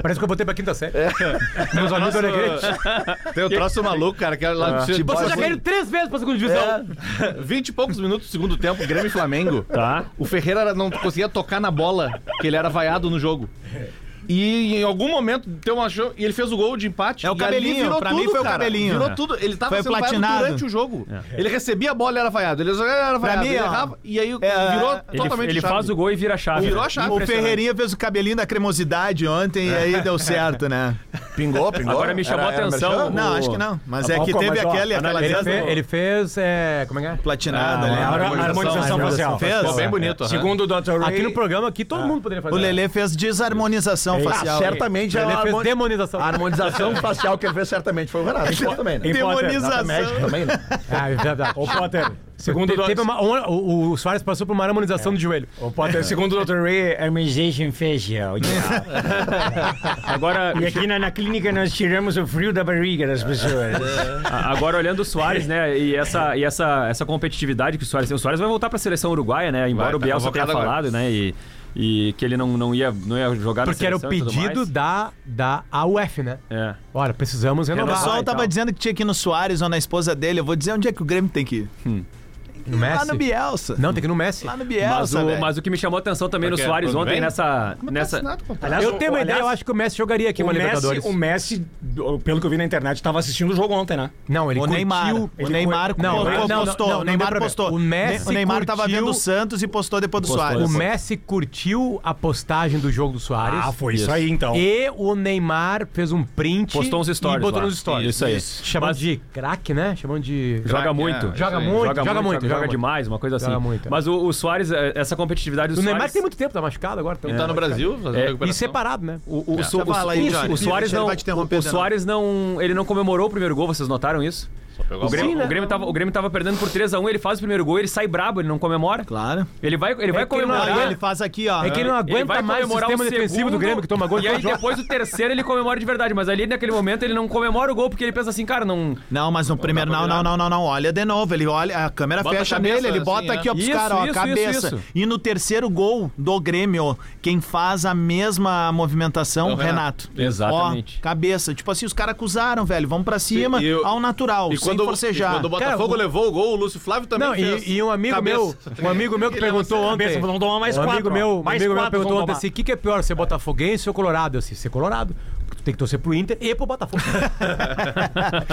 Parece que eu botei pra quinta série.
Tem um
Meus amigos
troço-
alegretes.
Tem um troço maluco, cara, que era lá É.
Ah, tipo, Vocês já assim- caíram três vezes pra segunda divisão.
Vinte e poucos minutos do segundo tempo, Grêmio e Flamengo. Tá. O Ferreira não conseguia tocar na bola, que ele era vaiado no jogo. E em algum momento deu uma chance- e ele fez o gol de empate.
É o
e
cabelinho,
ali virou
pra
tudo,
mim foi o
cara.
cabelinho.
Virou
É.
tudo. Ele tava
Foi
sendo vaiado
platinado.
durante o jogo.
É.
Ele recebia a bola e era vaiado. Ele era vaiado,
Pra mim,
ele
ó,
errava. E aí
é,
virou
ele-
totalmente
ele
chave.
faz o
gol e vira a chave.
Virou a chave.
O Ferreirinha fez o cabelinho da cremosidade ontem e aí deu certo, né?
Pingou,
pingou? Agora me chamou a atenção Então, o-
Não, acho que não. Mas
Tá
Ah,
é que
Falcão,
teve
mas, ó,
aquele, aquela
ele,
vez
fez,
do-
ele fez, é, como é que é?
Ah,
Platinada, né? Harmonização facial.
Fez?
Ficou bem bonito,
É.
aham.
Segundo o Dr. Ray...
Aqui no
programa, aqui
é.
todo mundo poderia
O Lelê fez desarmonização
Ah,
facial.
certamente
Ele
a
fez
harmoni-
demonização.
A harmonização facial que ele fez certamente foi é o Renato. Isso também, né?
Demonização.
Médico também, né?
Ah, é verdade.
Ô, Potter, segundo
Te-
o
teve
Dr. É.
uma- uma- o, o Soares passou por uma harmonização de joelho. É.
Ô, Potter, segundo o Dr. Ray, harmonization facial.
Agora.
E aqui na, na clínica nós tiramos o frio da barriga das pessoas.
A- Agora olhando o Soares, né? E essa, e essa, essa competitividade que o Soares tem. O Soares vai voltar pra seleção uruguaia, né? Embora
Vai, tá
o Bielsa tenha
convocado agora.
falado, né? E, e que ele não, não, ia, não ia jogar na
Porque era o
seleção e tudo
pedido
mais.
da, da AUF, né?
É.
Olha, precisamos
O
renovar.
pessoal tava
então.
dizendo que tinha que ir no Soares ou na esposa dele. Eu vou dizer onde é que o Grêmio tem que ir.
No
Lá
Messi?
no Bielsa.
Não, tem que ir no Messi.
Lá no
Mas
Bielsa,
o,
velho.
mas o que me chamou a atenção também
Porque
no Soares
quando
ontem
vem?
nessa.
Tá
nessa...
Aliás,
eu tenho uma
o-
ideia,
aliás,
eu acho que o Messi jogaria aqui
o
uma
Messi,
Libertadores.
o Messi, do- pelo que eu vi na internet, estava assistindo o jogo ontem, né?
Não, ele
o
curtiu.
Neymar.
Ele
O
cur-
Neymar
Não,
co-
não, não,
postou,
não,
o
não
Neymar
deu pra ver.
postou.
O Messi
o Neymar tava
curtiu-
vendo o Santos e postou depois do Soares.
O Messi curtiu a postagem do jogo do Soares.
Ah, foi isso aí, então.
E o Neymar fez um print.
Postou uns stories
E botou
lá.
nos stories.
Isso aí.
Chamando de craque, né? Chamando de.
Joga muito.
Joga muito, joga, muito.
Joga, demais, uma coisa assim.
Joga muito.
Mas o, o Soares, é, essa competitividade do
O Neymar
Soares-
tem muito tempo, tá machucado agora.
Ele tá no Brasil, fazendo
E
recuperação.
separado, né?
O, o,
É.
so- o-
Fala aí,
o-
Jorge.
o Soares
Ele
não,
vai te interromper,
o
Daniel.
Soares não, ele não comemorou o primeiro gol, vocês notaram isso?
a
O Grêmio,
bola.
o, Grêmio tava, o Grêmio tava perdendo por 3x1, ele faz o primeiro gol, ele sai brabo, ele não comemora.
Claro.
Ele vai, ele vai
que ele É não
comemorar.
aguenta-
Ele faz aqui, ó.
É que ele não aguenta
vai
mais o
comemorar
sistema defensivo do Grêmio que toma gol
E
todo
aí
jogo.
depois o terceiro ele comemora de verdade, mas ali naquele momento ele não comemora o gol porque ele pensa assim, cara, não.
Não, mas no primeiro. Não, não, não, não, não. Olha de novo. Ele olha, a câmera
Bota a
fecha
cabeça,
nele, ele bota
assim,
aqui,
é.
ó, pros
Isso,
caras, ó,
isso,
cabeça.
isso, isso.
E no terceiro gol do Grêmio, quem faz a mesma movimentação,
É o
Renato.
Renato. Exatamente.
Ó, cabeça. Tipo assim, os caras acusaram, velho. Vamos pra cima,
e eu-
ao natural,
E
sem
quando,
forcejar.
e quando o
Cara,
Botafogo
o-
levou o gol, o Lúcio Flávio também
Não,
fez.
e, e um amigo
Cabeça.
meu, um amigo meu que
Ele leva
perguntou
essa
ontem.
cabeça, falou, "Não toma mais
um
quatro,
amigo
ó.
meu, um
Mais
amigo meu
quatro
perguntou
vão
ontem
tomar."
assim: o que, que é pior, ser botafoguense ou colorado? Eu disse, ser colorado. porque tu Tem que torcer pro Inter e pro Botafogo.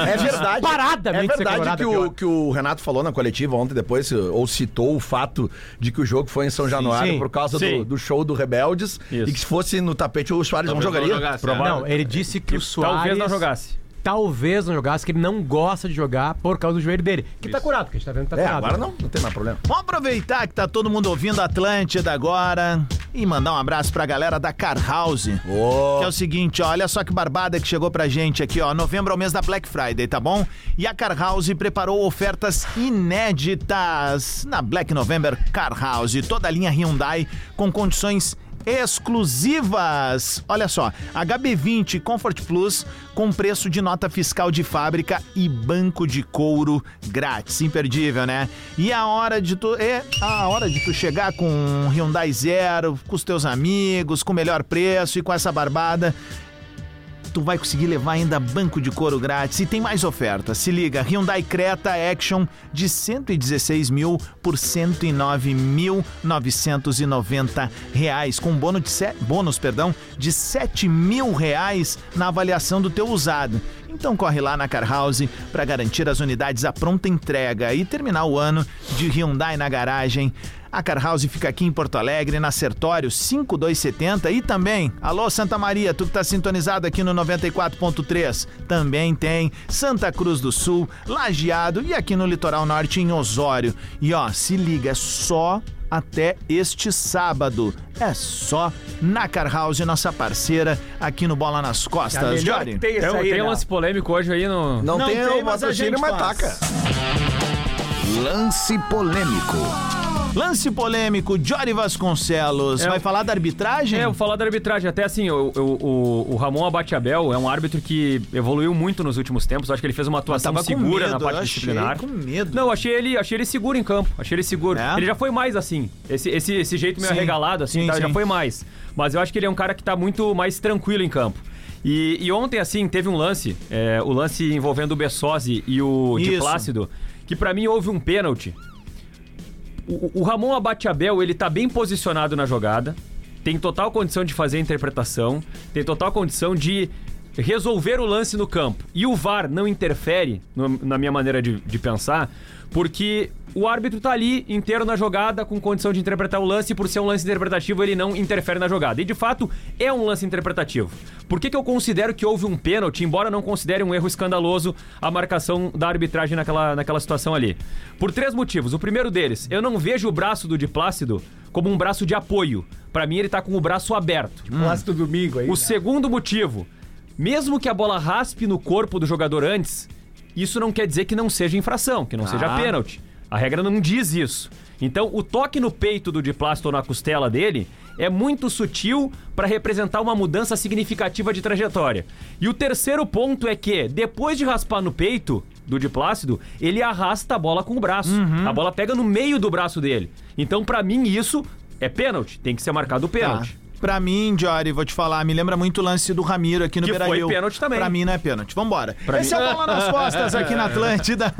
É verdade.
Paradamente
É verdade que
é pior.
o, que o Renato falou na coletiva ontem, depois, ou citou o fato de que o jogo foi em São Januário
sim,
por causa
sim.
do, do show do Rebeldes e que se fosse no tapete o Soares não
Talvez
jogaria. Provável.
Ah, Não, ele disse que o Soares.
talvez não jogasse.
Talvez não jogasse, que ele não gosta de jogar por causa do joelho dele. Que tá curado, que a gente tá vendo que tá
É,
curado.
agora não,
não tem mais problema.
Vamos aproveitar que tá todo mundo ouvindo Atlântida agora e mandar um abraço pra galera da Car House. Que é o seguinte, ó, olha só que barbada que chegou pra gente aqui, ó. Novembro é o mês da Black Friday, tá bom? E a Car House preparou ofertas inéditas na Black November Car House. Toda a linha Hyundai com condições exclusivas. Olha só, HB20 Comfort Plus com preço de nota fiscal de fábrica e banco de couro grátis, imperdível, né? E a hora de tu é a hora de tu chegar com um Hyundai Zero, com os teus amigos, com o melhor preço e com essa barbada tu vai conseguir levar ainda banco de couro grátis e tem mais ofertas. Se liga, Hyundai Creta Action de 116 mil por 109.990 reais, com bônus, de se- bônus perdão, de 7 mil reais na avaliação do teu usado. Então corre lá na Car House para garantir as unidades à pronta entrega e terminar o ano de Hyundai na garagem. A Car House fica aqui em Porto Alegre, na Sertório 5270 e também, alô Santa Maria, tu que tá sintonizado aqui no 94.3, também tem Santa Cruz do Sul, Lajeado e aqui no Litoral Norte em Osório. E ó, se liga, é só até este sábado. É só na Car House, nossa parceira aqui no Bola nas
Tá
Costas. Jory.
tem tem
né?
é.
um lance polêmico hoje aí no.
Não, tem, o patrocínio, mas taca.
Lance polêmico. Lance polêmico, Jory Vasconcelos.
É,
Vai falar da arbitragem? Ah,
É, eu vou falar da arbitragem. Até assim, o, o, o, o Ramon Abateabel é um árbitro que evoluiu muito nos últimos tempos. Acho que ele fez uma atuação
tava com
segura na
medo,
parte
eu achei
disciplinar.
com medo. É?
Não, achei ele, achei ele seguro em campo. Achei ele seguro. Ele já foi mais assim. Esse, esse, esse jeito meio
Sim.
arregalado, assim,
Sim,
tá? já
sim.
foi mais. Mas eu acho que ele é um cara que tá muito mais tranquilo em campo. E, e ontem, assim, teve um lance, é, o lance envolvendo o Bessosi e o Di
Isso.
Plácido, que pra mim houve um pênalti o, o Ramon Abateabel, ele tá bem posicionado na jogada. tem total condição de fazer a interpretação, tem total condição de resolver o lance no campo. E o VAR não interfere, no- na minha maneira de, de pensar, porque o árbitro tá ali inteiro na jogada, com condição de interpretar o lance, e por ser um lance interpretativo, ele não interfere na jogada. E de fato, é um lance interpretativo. Por que, que eu considero que houve um pênalti, embora não considere um erro escandaloso a marcação da arbitragem naquela, naquela situação ali? Por três motivos. O primeiro deles, eu não vejo o braço do de Plácido como um braço de apoio. Pra mim, ele tá com o braço aberto. De
Plácido Hum. Domingo aí. né?
O segundo motivo, mesmo que a bola raspe no corpo do jogador antes, isso não quer dizer que não seja infração, que não seja
Ah.
pênalti. A regra não diz isso. Então, o toque no peito do Diplasto ou na costela dele é muito sutil para representar uma mudança significativa de trajetória. E o terceiro ponto é que, depois de raspar no peito do Diplácido, ele arrasta a bola com o braço. A bola pega no meio do braço dele. Então, para mim, isso é pênalti. Tem que ser marcado o pênalti.
Pra mim, Jory, vou te falar, me lembra muito o lance do Ramiro aqui no
Que foi
Beira-Rio.
pênalti também.
Pra mim não é pênalti. Vambora.
Pra
Esse
mim-
é o Bola nas Costas aqui na Atlântida.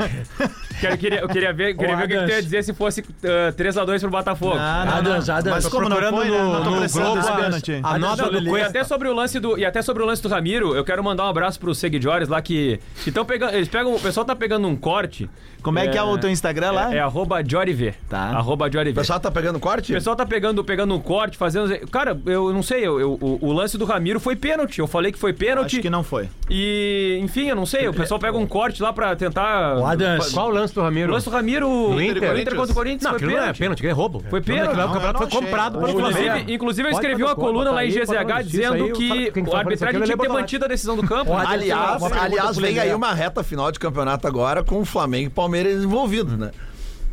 Eu queria, eu queria ver, queria
Ô,
ver o que que
Adams.
tu ia dizer se fosse ah, 3x2 pro Botafogo.
Ah, não, Adams, não. Adams. Mas
Tô
como não
procurando
foi, né? Não tô precisando desse
a-
pênalti.
a
Adams
nota Ah, do
Lelê.
Coelho. E até sobre o lance do E até sobre o lance do Ramiro, eu quero mandar um abraço pros seguidores lá que estão pegando. Eles pegam. O pessoal tá pegando um corte.
Como é que é o teu
Tá
Instagram lá?
É, é arroba JoryV. Tá. Arroba JoryV. O pessoal
tá pegando corte?
O pessoal tá pegando, pegando um corte, fazendo. Cara, eu não sei, eu, eu- o, o lance do Ramiro foi pênalti. Eu falei que foi pênalti. Acho que
não foi.
E, enfim, eu não sei. O pessoal pega um corte lá pra tentar.
O Adams. Qual o lance do Ramiro?
O lance do Ramiro.
No
o
Inter?
contra o Corinthians.
Não,
foi
aquilo não é pênalti, aquilo é roubo.
Foi
Não,
pênalti.
aquilo lá, o campeonato foi comprado pelo Flamengo.
Inclusive, inclusive eu
Pode
escrevi uma
botar
coluna
fora,
lá em
bota aí, bota na
GZH
justiça
dizendo
aí, o cara-
que
quem fala
a
isso aqui é
arbitragem
o
tinha que
Lele
ter
Bonatti.
mantido a decisão do campo.
aliás, aliás vem aí uma reta final de campeonato agora com o Flamengo e Palmeiras envolvidos, né?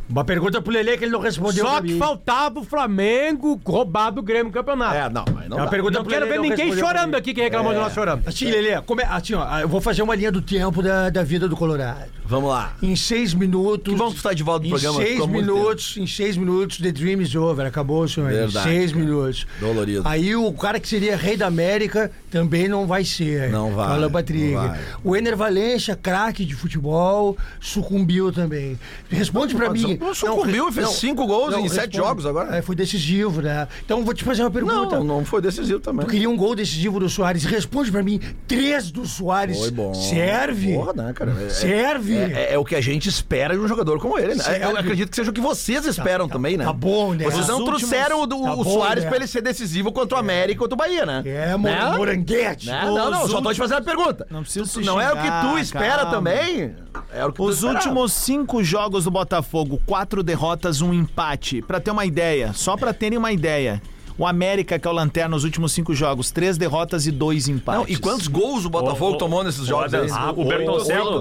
Uma pergunta pro Lele que ele não respondeu.
Só que faltava o Flamengo roubar do Grêmio no campeonato. É,
não, mas
não. É uma pergunta não quero ver ninguém chorando aqui que reclamou de nós chorando.
Assim, Lelê, como é- assim, ó, eu vou fazer uma linha do tempo da, da vida do Colorado.
Vamos lá.
Em seis minutos.
Vamos estar de volta do
em
programa.
seis
ficou muito tempo.
minutos, em seis minutos, The Dream is over. Acabou, senhor.
Verdade,
em seis
cara.
minutos.
Dolorido.
Aí o cara que seria rei da América também não vai ser.
Não vai,
Fala Patrick.
não vai.
O Ener Valência, craque de futebol, sucumbiu também. Responde pra
mas
mim.
não sucumbiu, fez cinco gols em sete jogos agora.
É, foi decisivo, né? Então vou te fazer uma pergunta.
Não, não foi decisivo também.
Tu queria um gol decisivo do Soares. Responde pra mim. Três do Soares.
Foi bom.
Serve?
Porra, né, cara? É-
Serve?
É, é- é o que a gente espera de um jogador como ele, né?
Serve?
Eu acredito que seja o que vocês esperam também, né?
tá bom, né?
Vocês não
As
trouxeram o, do-
últimas-
o
tá bom,
Soares
né?
pra ele ser decisivo contra o América e contra o Bahia, né?
É, mo-
Né?
moranguete.
Né? Não, não,
Os
só tô
últimos-
te fazendo a pergunta.
Não preciso
Tu-
se
Não é o que tu
xingar,
espera
calma.
também? É o que tu
Os
esperava.
últimos cinco jogos do Botafogo, quatro derrotas, um empate. Pra ter uma ideia, só pra terem uma ideia. O América, que é o lanterna nos últimos cinco jogos, três derrotas e dois empates.
e quantos gols o Botafogo tomou nesses jogos? aí?
Ah, o Bertoncello,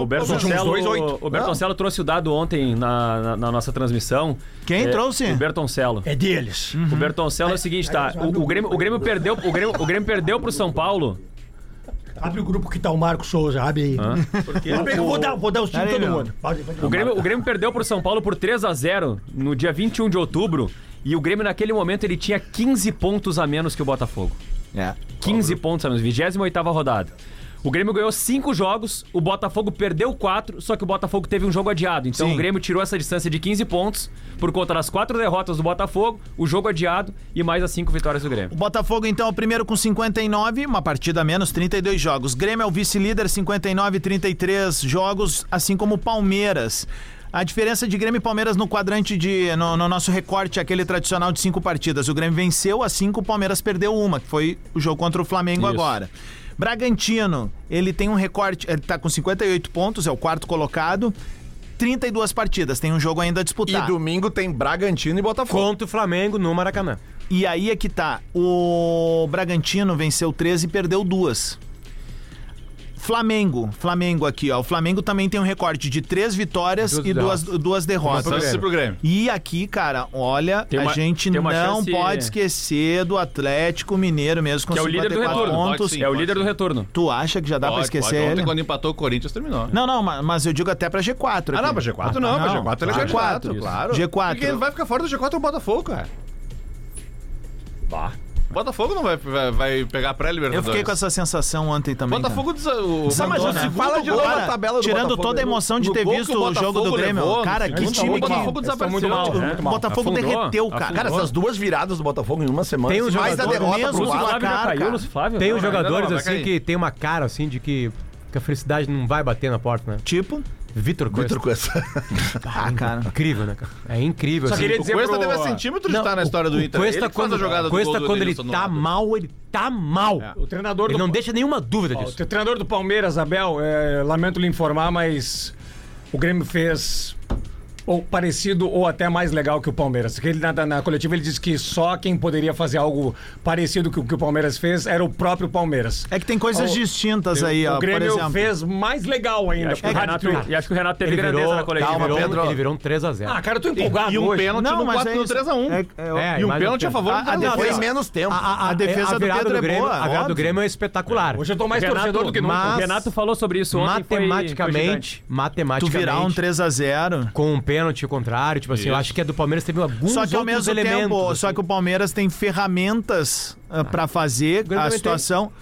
o Bertoncello, o Bertoncello trouxe o dado ontem na, na- na nossa transmissão.
Quem trouxe?
É, O Bertoncello.
É deles.
Hum.
O Bertoncello é o seguinte, tá? O, o Grêmio, o Grêmio perdeu, o Grêmio, o Grêmio perdeu pro São Paulo.
Abre o grupo que tá o Marco Souza. Abre aí. Abre aí, eu vou dar, vou dar os
Tá
times
Pera aí,
todo
meu.
mundo. Pode, pode.
O Grêmio, o Grêmio perdeu pro São Paulo por 3 a 0 no dia 21 de outubro. E o Grêmio, naquele momento, ele tinha 15 pontos a menos que o Botafogo.
É.
15 pontos a menos, 28 rodada. O Grêmio ganhou 5 jogos, o Botafogo perdeu 4, só que o Botafogo teve um jogo adiado. Então
Sim.
o Grêmio tirou essa distância de 15 pontos por conta das 4 derrotas do Botafogo, o jogo adiado e mais as 5 vitórias do Grêmio.
O Botafogo, então, é o primeiro com 59, uma partida a menos, 32 jogos. Grêmio é o vice-líder, 59, 33 jogos, assim como o Palmeiras. A diferença de Grêmio e Palmeiras no quadrante de. No, no nosso recorte, aquele tradicional de cinco partidas. O Grêmio venceu as cinco, o Palmeiras perdeu uma, que foi o jogo contra o Flamengo
Isso.
agora. Bragantino, ele tem um recorte. Ele tá com 58 pontos, é o quarto colocado. 32 partidas, tem um jogo ainda a
Tá.
disputar.
E domingo tem Bragantino e Botafogo.
Contra o Flamengo no Maracanã. E aí é que tá. O Bragantino venceu 13 e perdeu duas. Flamengo, Flamengo aqui, ó. O Flamengo também tem um recorte de três vitórias
Duas
e duas,
derrotas.
duas derrotas.
Vamos pro Grêmio. Vamos pro Grêmio.
E aqui, cara, olha,
Tem
a
uma-
gente
tem
não
uma chance-
pode esquecer do Atlético Mineiro mesmo com
Que é o líder do
54
retorno.
pontos.
Pode sim, É o pode líder sim. do
retorno.
Tu acha que já dá pra
Pode,
esquecer
pode. Ontem,
ele?
quando empatou o Corinthians, terminou.
Não, não, ma- mas eu digo até pra G4.
Ah,
aqui.
não, pra G4 não, pra G4 ele é candidato,
G4,
claro.
G4.
Porque ele vai ficar fora do G4 é o Botafogo, cara.
Bah.
Botafogo não vai, vai, vai pegar a
Eu
pré-Libertadores.
fiquei com essa sensação ontem também.
Botafogo
cara.
desa- o-
Desandou,
Mas já
né?
se fala de novo
Cara,
na tabela do
Tirando
Botafogo,
toda a
né?
emoção de
No
ter
gol que
visto
o
o jogo do
Botafogo
Grêmio.
levou,
cara,
no
que
segundo
time
gol, o
É
Botafogo
que.
desapareceu. Muito mal, né?
o Botafogo
Afundou,
derreteu, cara.
Cara, essas duas viradas do Botafogo em uma semana.
Tem um
mais a
jogador
derrota
mesmo,
pro
Lúcio
Vasco.
Flávio já caiu,
cara.
Lúcio Flávio? Tem uns
Não, ainda não,
jogadores
vai cair.
assim que tem uma cara assim de que, que a felicidade não vai bater na porta, né?
Tipo?
Vitor Cuesta.
Vitor Cuesta.
ah, cara.
Incrível, né, cara? É incrível.
Só queria dizer
O
pro-
Cuesta
teve centímetros de
Não,
estar na história do
o
Inter. Ele
Cuesta,
que faz
quando,
a jogada do
Cuesta,
gol do
quando ele
Edenilson no
tá mal, ele tá mal.
O treinador
Ele
do-
não deixa nenhuma dúvida
Ó,
disso.
O treinador do Palmeiras, Abel, é, lamento lhe informar, mas o Grêmio fez ou parecido ou até mais legal que o Palmeiras. Que Ele, na, na- na coletiva ele disse que só quem poderia fazer algo parecido que o que o Palmeiras fez era o próprio Palmeiras.
É que tem coisas
Ó,
distintas
o-
aí, ó.
O Grêmio
por exemplo.
fez mais legal ainda.
acho que o
pro
Renato-
Rádio Triunfo.
e acho que o Renato teve Ele grandeza virou- na coletiva.
Ele
Calma,
virou,
Pedro.
ele virou um 3x0.
Ah, cara, eu tô empolgado hoje.
Não, mas é isso. É, é,
mais um tempo.
A, a defesa menos tempo. A, a- a defesa do
virada
Pedro é
Grêmio,
boa.
A virada do
óbvio.
Grêmio é espetacular.
Hoje eu tô mais torcedor do que nunca.
mas
O Renato
falou sobre isso
ontem, foi- foi
Matematicamente,
gigante.
matematicamente.
Tu virar um 3x0.
Com um pênalti contrário, tipo assim, eu
Isso.
acho que a do Palmeiras teve alguns
Só que ao
outros
mesmo
elementos. assim.
tempo, só que o Palmeiras tem ferramentas ah, pra fazer
Grêmio
a
também
situação.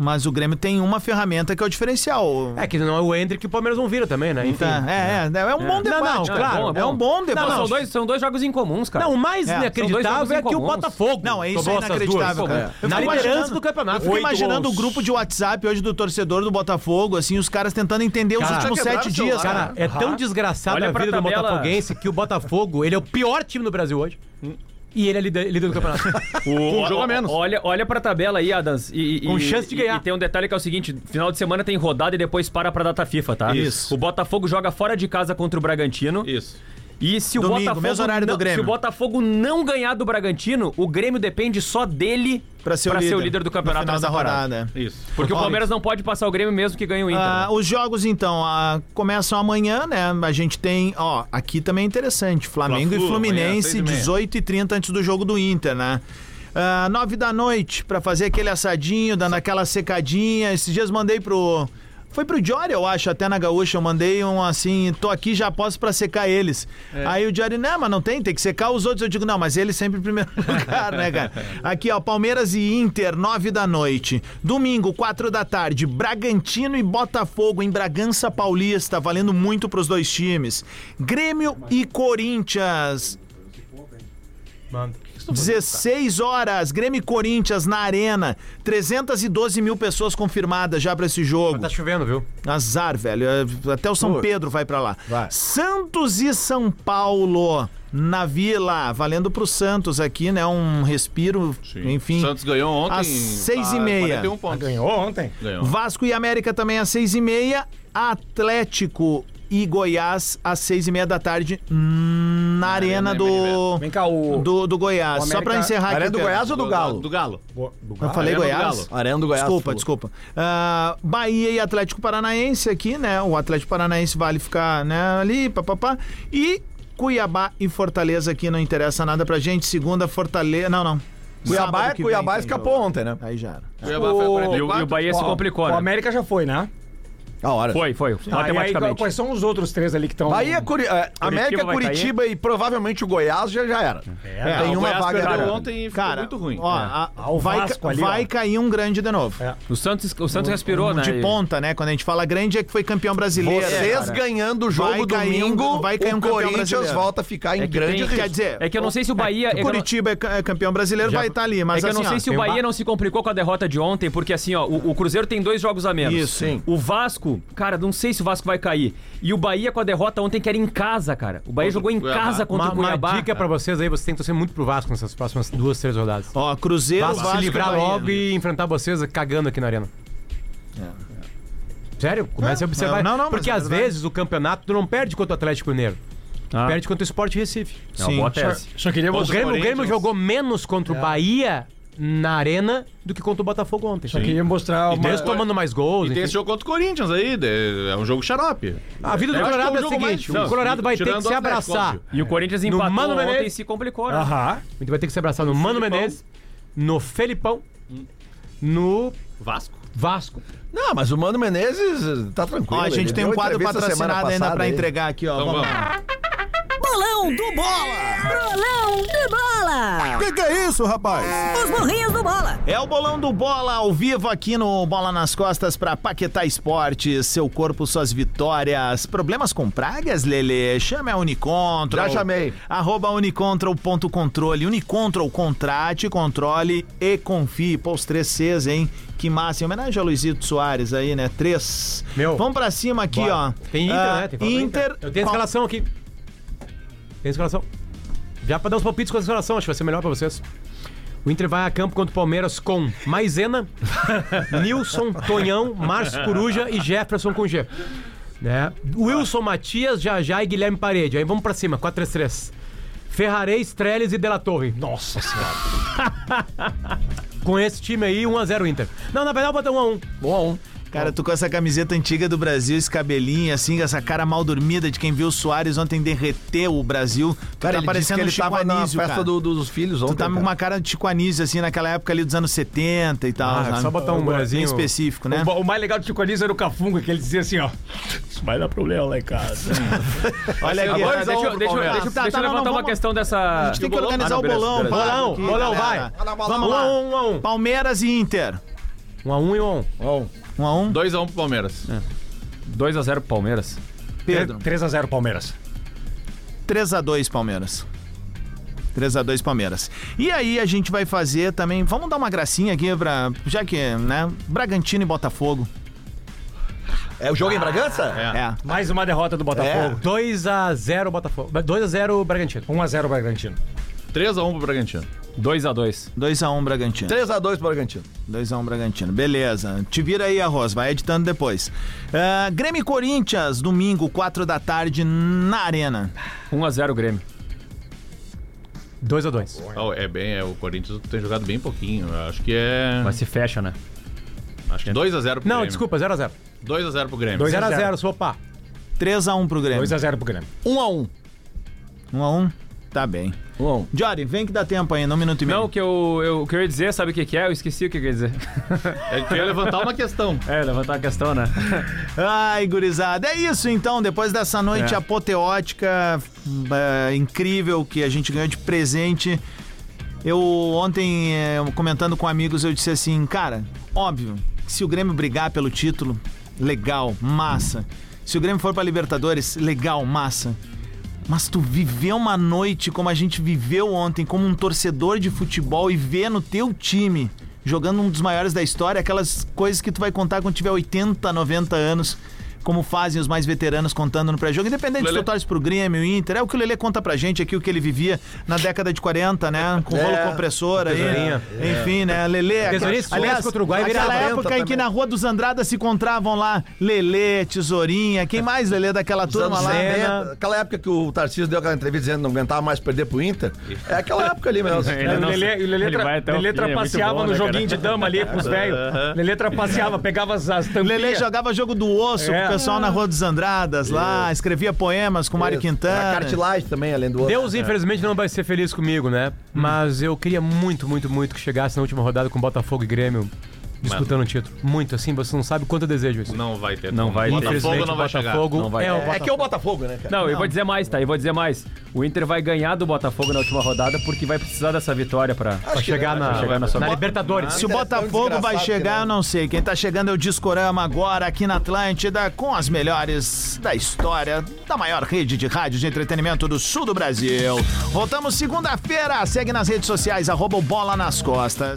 Mas o Grêmio tem uma ferramenta que é o diferencial.
É que não é o Hendrick que o Palmeiras não vira também, né? Enfim.
é, é, é um bom debate.
Não, não,
cara.
claro.
É um bom debate. É,
Não, são, dois, são dois jogos incomuns, cara.
Não, o mais
São dois jogos
inacreditável é que o
incomuns.
Botafogo.
Não, é isso é
tomou essas
inacreditável,
duas.
cara. Eu
Na
fico
liderança
imaginando-
do
Eu
campeonato.
fico
Oito
imaginando
gols.
o grupo de WhatsApp hoje do torcedor do Botafogo, assim, os caras tentando entender os
Cara,
últimos sete dias.
Cara, é tão desgraçado
Olha
a
pra
vida do
tabela.
Botafoguense que o Botafogo, ele é o pior time do Brasil hoje. E ele é líder, líder do campeonato.
um
O- o- Olha, olha pra tabela aí, Adams. E, e-
Com
e-
chance de
e-
ganhar.
E tem um detalhe que é o seguinte: final de semana tem rodada e depois para pra data FIFA, tá?
Isso.
O Botafogo joga fora de casa contra o Bragantino.
Isso.
E se o,
Domingo,
Botafogo
mesmo horário do
não,
Grêmio.
se o Botafogo não ganhar do Bragantino, o Grêmio depende só dele
pra ser, o, líder.
do campeonato
no final
nessa
da
parada.
rodada.
Isso.
Porque o
Ó,
Palmeiras não pode passar o Grêmio mesmo que ganhe o Inter. né?
Ah, os jogos, então, ah, começam amanhã, né? A gente tem, ó, aqui também é interessante: Flamengo
Fla-Flu,
e Fluminense,
amanhã, é seis e
18h30 antes do jogo do Inter, né? Ah, Nove da noite, pra fazer aquele assadinho, dando aquela secadinha. Esses dias mandei pro. Foi pro Jory, eu acho, até na gaúcha. Eu mandei um assim, tô aqui, já posso pra secar eles.
É.
Aí o Jory, não, mas não tem, tem que secar os outros. Eu digo, não, mas ele sempre em primeiro lugar, né, cara? Aqui, ó, Palmeiras e Inter, nove da noite. Domingo, quatro da tarde, Bragantino e Botafogo em Bragança Paulista, valendo muito pros dois times. Grêmio e Corinthians. 16 horas, Grêmio e Corinthians na Arena. 312 mil pessoas confirmadas já pra esse jogo.
Tá chovendo, viu?
Azar, velho. É, Até o São
Pô.
Pedro vai pra lá. Santos e São Paulo na Vila, valendo pro Santos aqui, né? Um respiro, enfim.
Santos ganhou ontem.
Às seis e
ah,
meia.
41 pontos.
Ganhou ontem.
Ganhou.
Vasco e América também às seis e meia. Atlético e Goiás às seis e meia da tarde hum, na, arena, do, do do Goiás.
o
Só pra
América-
encerrar
é
Arena do
Pedro.
Goiás ou do Galo? Do
Galo.
Eu
Arena
falei
do
Goiás?
Galo. Arena do Goiás,
Desculpa,
falou.
desculpa. Ah, Bahia e Atlético Paranaense aqui, né? O Atlético Paranaense vale ficar né, ali, papapá. E Cuiabá e Fortaleza aqui não interessa nada pra gente. Segunda, Fortaleza. Não, não.
Cuiabá- é
Sábado que vem
Cuiabá
tem
escapou
jogo.
ontem, né?
Aí já era.
Cuiabá foi a 44. E o- e o Bahia se
Ó,
complicou,
O
né?
América já foi, né?
A hora.
Foi, foi.
Aí, aí, quais são os outros três ali que estão.
Bahia, Curi- eh, América,
vai cair.
Curitiba e provavelmente o Goiás já, já era. É, tem uma vaga
perdeu
ontem e ficou muito ruim.
Ó,
É.
a-
Ah, o
vai,
Vasco
ca-
ali,
vai
ó.
cair um grande de
É.
novo.
O Santos, o Santos respirou,
um
né?
De
E-
ponta, né? Quando a gente fala grande é que foi campeão brasileiro. É,
Vocês
Cara.
ganhando o jogo
Vai cair um-
domingo,
vai cair
o
um campeão
Corinthians
brasileiro.
volta a ficar em É que grande tem- risco.
Quer dizer,
É que eu não sei se o Bahia- é que eu não-
Curitiba é ca- é campeão brasileiro,
Já-
vai estar ali. Mas
é que eu não
assim,
sei
ó,
se o
tem
Bahia
ba-
não se complicou com a derrota de ontem, porque assim, ó, o, o Cruzeiro tem dois jogos a menos.
Isso, sim.
O Vasco, cara, não sei se o Vasco vai cair. E o Bahia com a derrota ontem, que era em casa, cara. O Bahia jogou em casa contra
uma,
o Cuiabá.
Uma dica pra vocês aí, vocês têm que torcer muito pro Vasco nessas próximas duas, três rodadas.
Ó, Cruzeiro,
se
Vasco e
livrar
Bahia. né?
logo e enfrentar vocês cagando aqui na arena. Sério, comece
É,
a observar.
é, não, não, mas
porque
é
às
verdade. Ah.
vezes o campeonato tu não perde contra o Atlético Mineiro. Perde contra o Sport Recife.
É uma Sim. boa tese.
Só,
Só queria
o
mostrar
Grêmio,
o
o Grêmio
Corinthians.
jogou menos contra
É.
o Bahia na arena do que contra o Botafogo ontem.
Só queria
mostrar
E mesmo tomando mais gols.
E tem
enfim.
esse jogo contra o Corinthians aí, de- é um jogo xarope.
A vida do
Eu acho
Colorado
que um
é,
jogo
o seguinte:
mais
o
difícil.
Colorado vai ter que
Tirando
se
o Atlético,
abraçar. É.
óbvio.
E o Corinthians
No
empatou
Mano
ontem e
Menezes.
se complicou, né?
Aham. A gente vai ter que se abraçar no, Mano Menezes, no Felipão, no
Hum. Vasco.
Vasco.
Não, mas o Mano Menezes eh, tá tranquilo.
Ó, a gente
ele
tem
deu
um quadro
entrevista semana
patrocinado ainda
passada
pra
aí.
entregar aqui, ó.
Então
Vamos lá.
Bolão Bolão do Bola! Bolão do Bola!
Que que é isso, rapaz?
Os burrinhos do Bola!
É o bolão do Bola ao vivo aqui no Bola nas Costas para Paquetá Esportes. Seu corpo, suas vitórias. Problemas com pragas, Lele? Chame a Unicontrol.
Já chamei.
Arroba unicontrol.controle. Unicontrol, contrate, controle e confie. Pô, os três Cs, hein? Que massa. Em homenagem a Luizito Soares aí, né? Três. Meu. Vamos pra cima aqui, ó.
Tem Inter,
Ah,
né? Tem que falar do
Inter.
Eu tenho a escalação aqui. Tem a escalação. Já pra dar os palpites com a escalação, acho que vai ser melhor pra vocês. O Inter vai a campo contra o Palmeiras com Maisena, Nilson, Tonhão, Márcio Coruja e Jefferson com G. Né? Wilson, Matias, Jajá e Guilherme Parede. Aí vamos pra cima, 4-3-3. Ferrarez, Trellis e De La Torre. Nossa senhora. com esse time aí, 1x0 Inter. Não, na verdade, bota 1x1. 1x1.
Cara, tu com essa camiseta antiga do Brasil, esse cabelinho, assim, essa cara mal dormida de quem viu o Soares ontem derreter o Brasil. Tu
Cara,
tá
ele disse
parecendo
que
o
ele
Chico
tava na
Anísio,
festa
cara.
do- dos filhos ontem,
Tu tá com
cara.
uma cara de Chico Anísio, assim, naquela época ali dos anos 70 e tal.
Ah,
sabe?
só botar um
Bem
bonezinho.
específico, né?
O, o mais legal do Chico Anísio era o Cafunga, que ele dizia assim, ó. Isso vai dar problema lá em casa.
Olha
aqui,
aqui,
dois
deixa, deixa,
a um
eu-
pro
deixa, eu-
Palmeiras.
deixa eu
Tá, tá, não,
levantar
não,
uma
vamos-
questão dessa.
A gente tem
do
que
bolão.
organizar
Ah,
o
não, beleza,
bolão,
beleza.
Paulo, aqui, galera. Vamos lá, um a um. Palmeiras e Inter.
Um a um e um.
Um a um.
2x1 pro Palmeiras.
2x0 pro Palmeiras.
Pedro.
3x0 Palmeiras.
3x2 Palmeiras. 3x2 Palmeiras. E aí a gente vai fazer também. Vamos dar uma gracinha aqui pra. Já que, né? Bragantino e Botafogo.
É o jogo em Bragança?
É.
Mais uma derrota do
É.
Botafogo.
2x0 Botafogo. 2x0 Bragantino.
1x0 Bragantino.
3x1 pro Bragantino.
2x2.
2x1 Bragantino.
3x2 pro Bragantino.
2x1 Bragantino. Beleza. Te vira aí, Arroz. Vai editando depois. Ah, Grêmio e Corinthians, domingo, 4 da tarde, na Arena.
1x0 Grêmio.
2x2.
Oh, é bem, é, o Corinthians tem jogado bem pouquinho. Eu Acho que é.
Mas se fecha, né?
Acho que 2x0 pro
Não,
Grêmio.
desculpa, 0x0.
2x0 pro Grêmio.
2x0, sopa.
3x1 pro Grêmio.
2x0 pro Grêmio.
1x1. 1x1? Tá bem.
1x1.
Jory, vem que dá tempo ainda, um minuto e meio.
Não, o que eu, eu, o que eu ia dizer, sabe o que, que é? Eu esqueci o que eu ia dizer.
É que eu ia levantar uma questão.
É, levantar uma questão, né?
Ai, gurizada. É isso então, depois dessa noite
É.
apoteótica, eh, incrível que a gente ganhou de presente. Eu ontem, eh, comentando com amigos, eu disse assim, cara, óbvio, que se o Grêmio brigar pelo título, legal, massa. Se o Grêmio for pra Libertadores, legal, massa. Mas tu viver uma noite como a gente viveu ontem, como um torcedor de futebol e ver no teu time jogando um dos maiores da história, aquelas coisas que tu vai contar quando tiver 80, 90 anos, como fazem os mais veteranos contando no pré-jogo, independente se
Lelê.
tu torce pro Grêmio, Inter, é o que o Lele conta pra gente aqui, o que ele vivia na década de 40, né, com rolo
É.
compressor aí.
Tesourinha.
Enfim, né, Lele,
Tesourinha, se
aliás,
fosse contra o Uruguai, vira
aquela
40
época em que
também.
na Rua dos Andradas se encontravam lá Lele, Tesourinha, quem mais Lele daquela turma
anos
lá?
70, aquela época que o Tarcísio deu aquela entrevista dizendo que não aguentava mais perder pro Inter. É aquela época ali mesmo.
É, o Lelê, o Lelê tra- Lelê
é
trapaceava
né,
no joguinho de dama ali pros velhos. Lelê trapaceava, pegava as, as tampinhas.
Lele jogava jogo do osso
É.
com o pessoal na Rua dos Andradas lá, escrevia poemas com o Mário Quintana.
também, além do
Deus,
É.
infelizmente, não vai ser feliz comigo, né? Mas eu queria muito, muito, muito que chegasse na última rodada com Botafogo e Grêmio disputando o título. Muito, assim, você não sabe quanto eu desejo isso.
Não vai ter.
Não vai ter.
Botafogo não vai chegar.
Botafogo
Não vai
é
ter.
o
É que
Botafogo.
é o Botafogo, né, cara?
Não, eu vou dizer mais, tá? Eu vou dizer mais. O Inter vai ganhar do Botafogo na última rodada porque vai precisar dessa vitória pra, pra
que
chegar,
é.
não,
na,
acho que
chegar na
não.
sua
Na Libertadores.
Se o
é Tão
Botafogo
desgraçado
vai
que
chegar, eu não sei. Quem tá chegando é o Discorama agora aqui na Atlântida com as melhores da história da maior rede de rádio de entretenimento do sul do Brasil. Voltamos segunda-feira. Segue nas redes sociais, arroba o Bola nas Costas.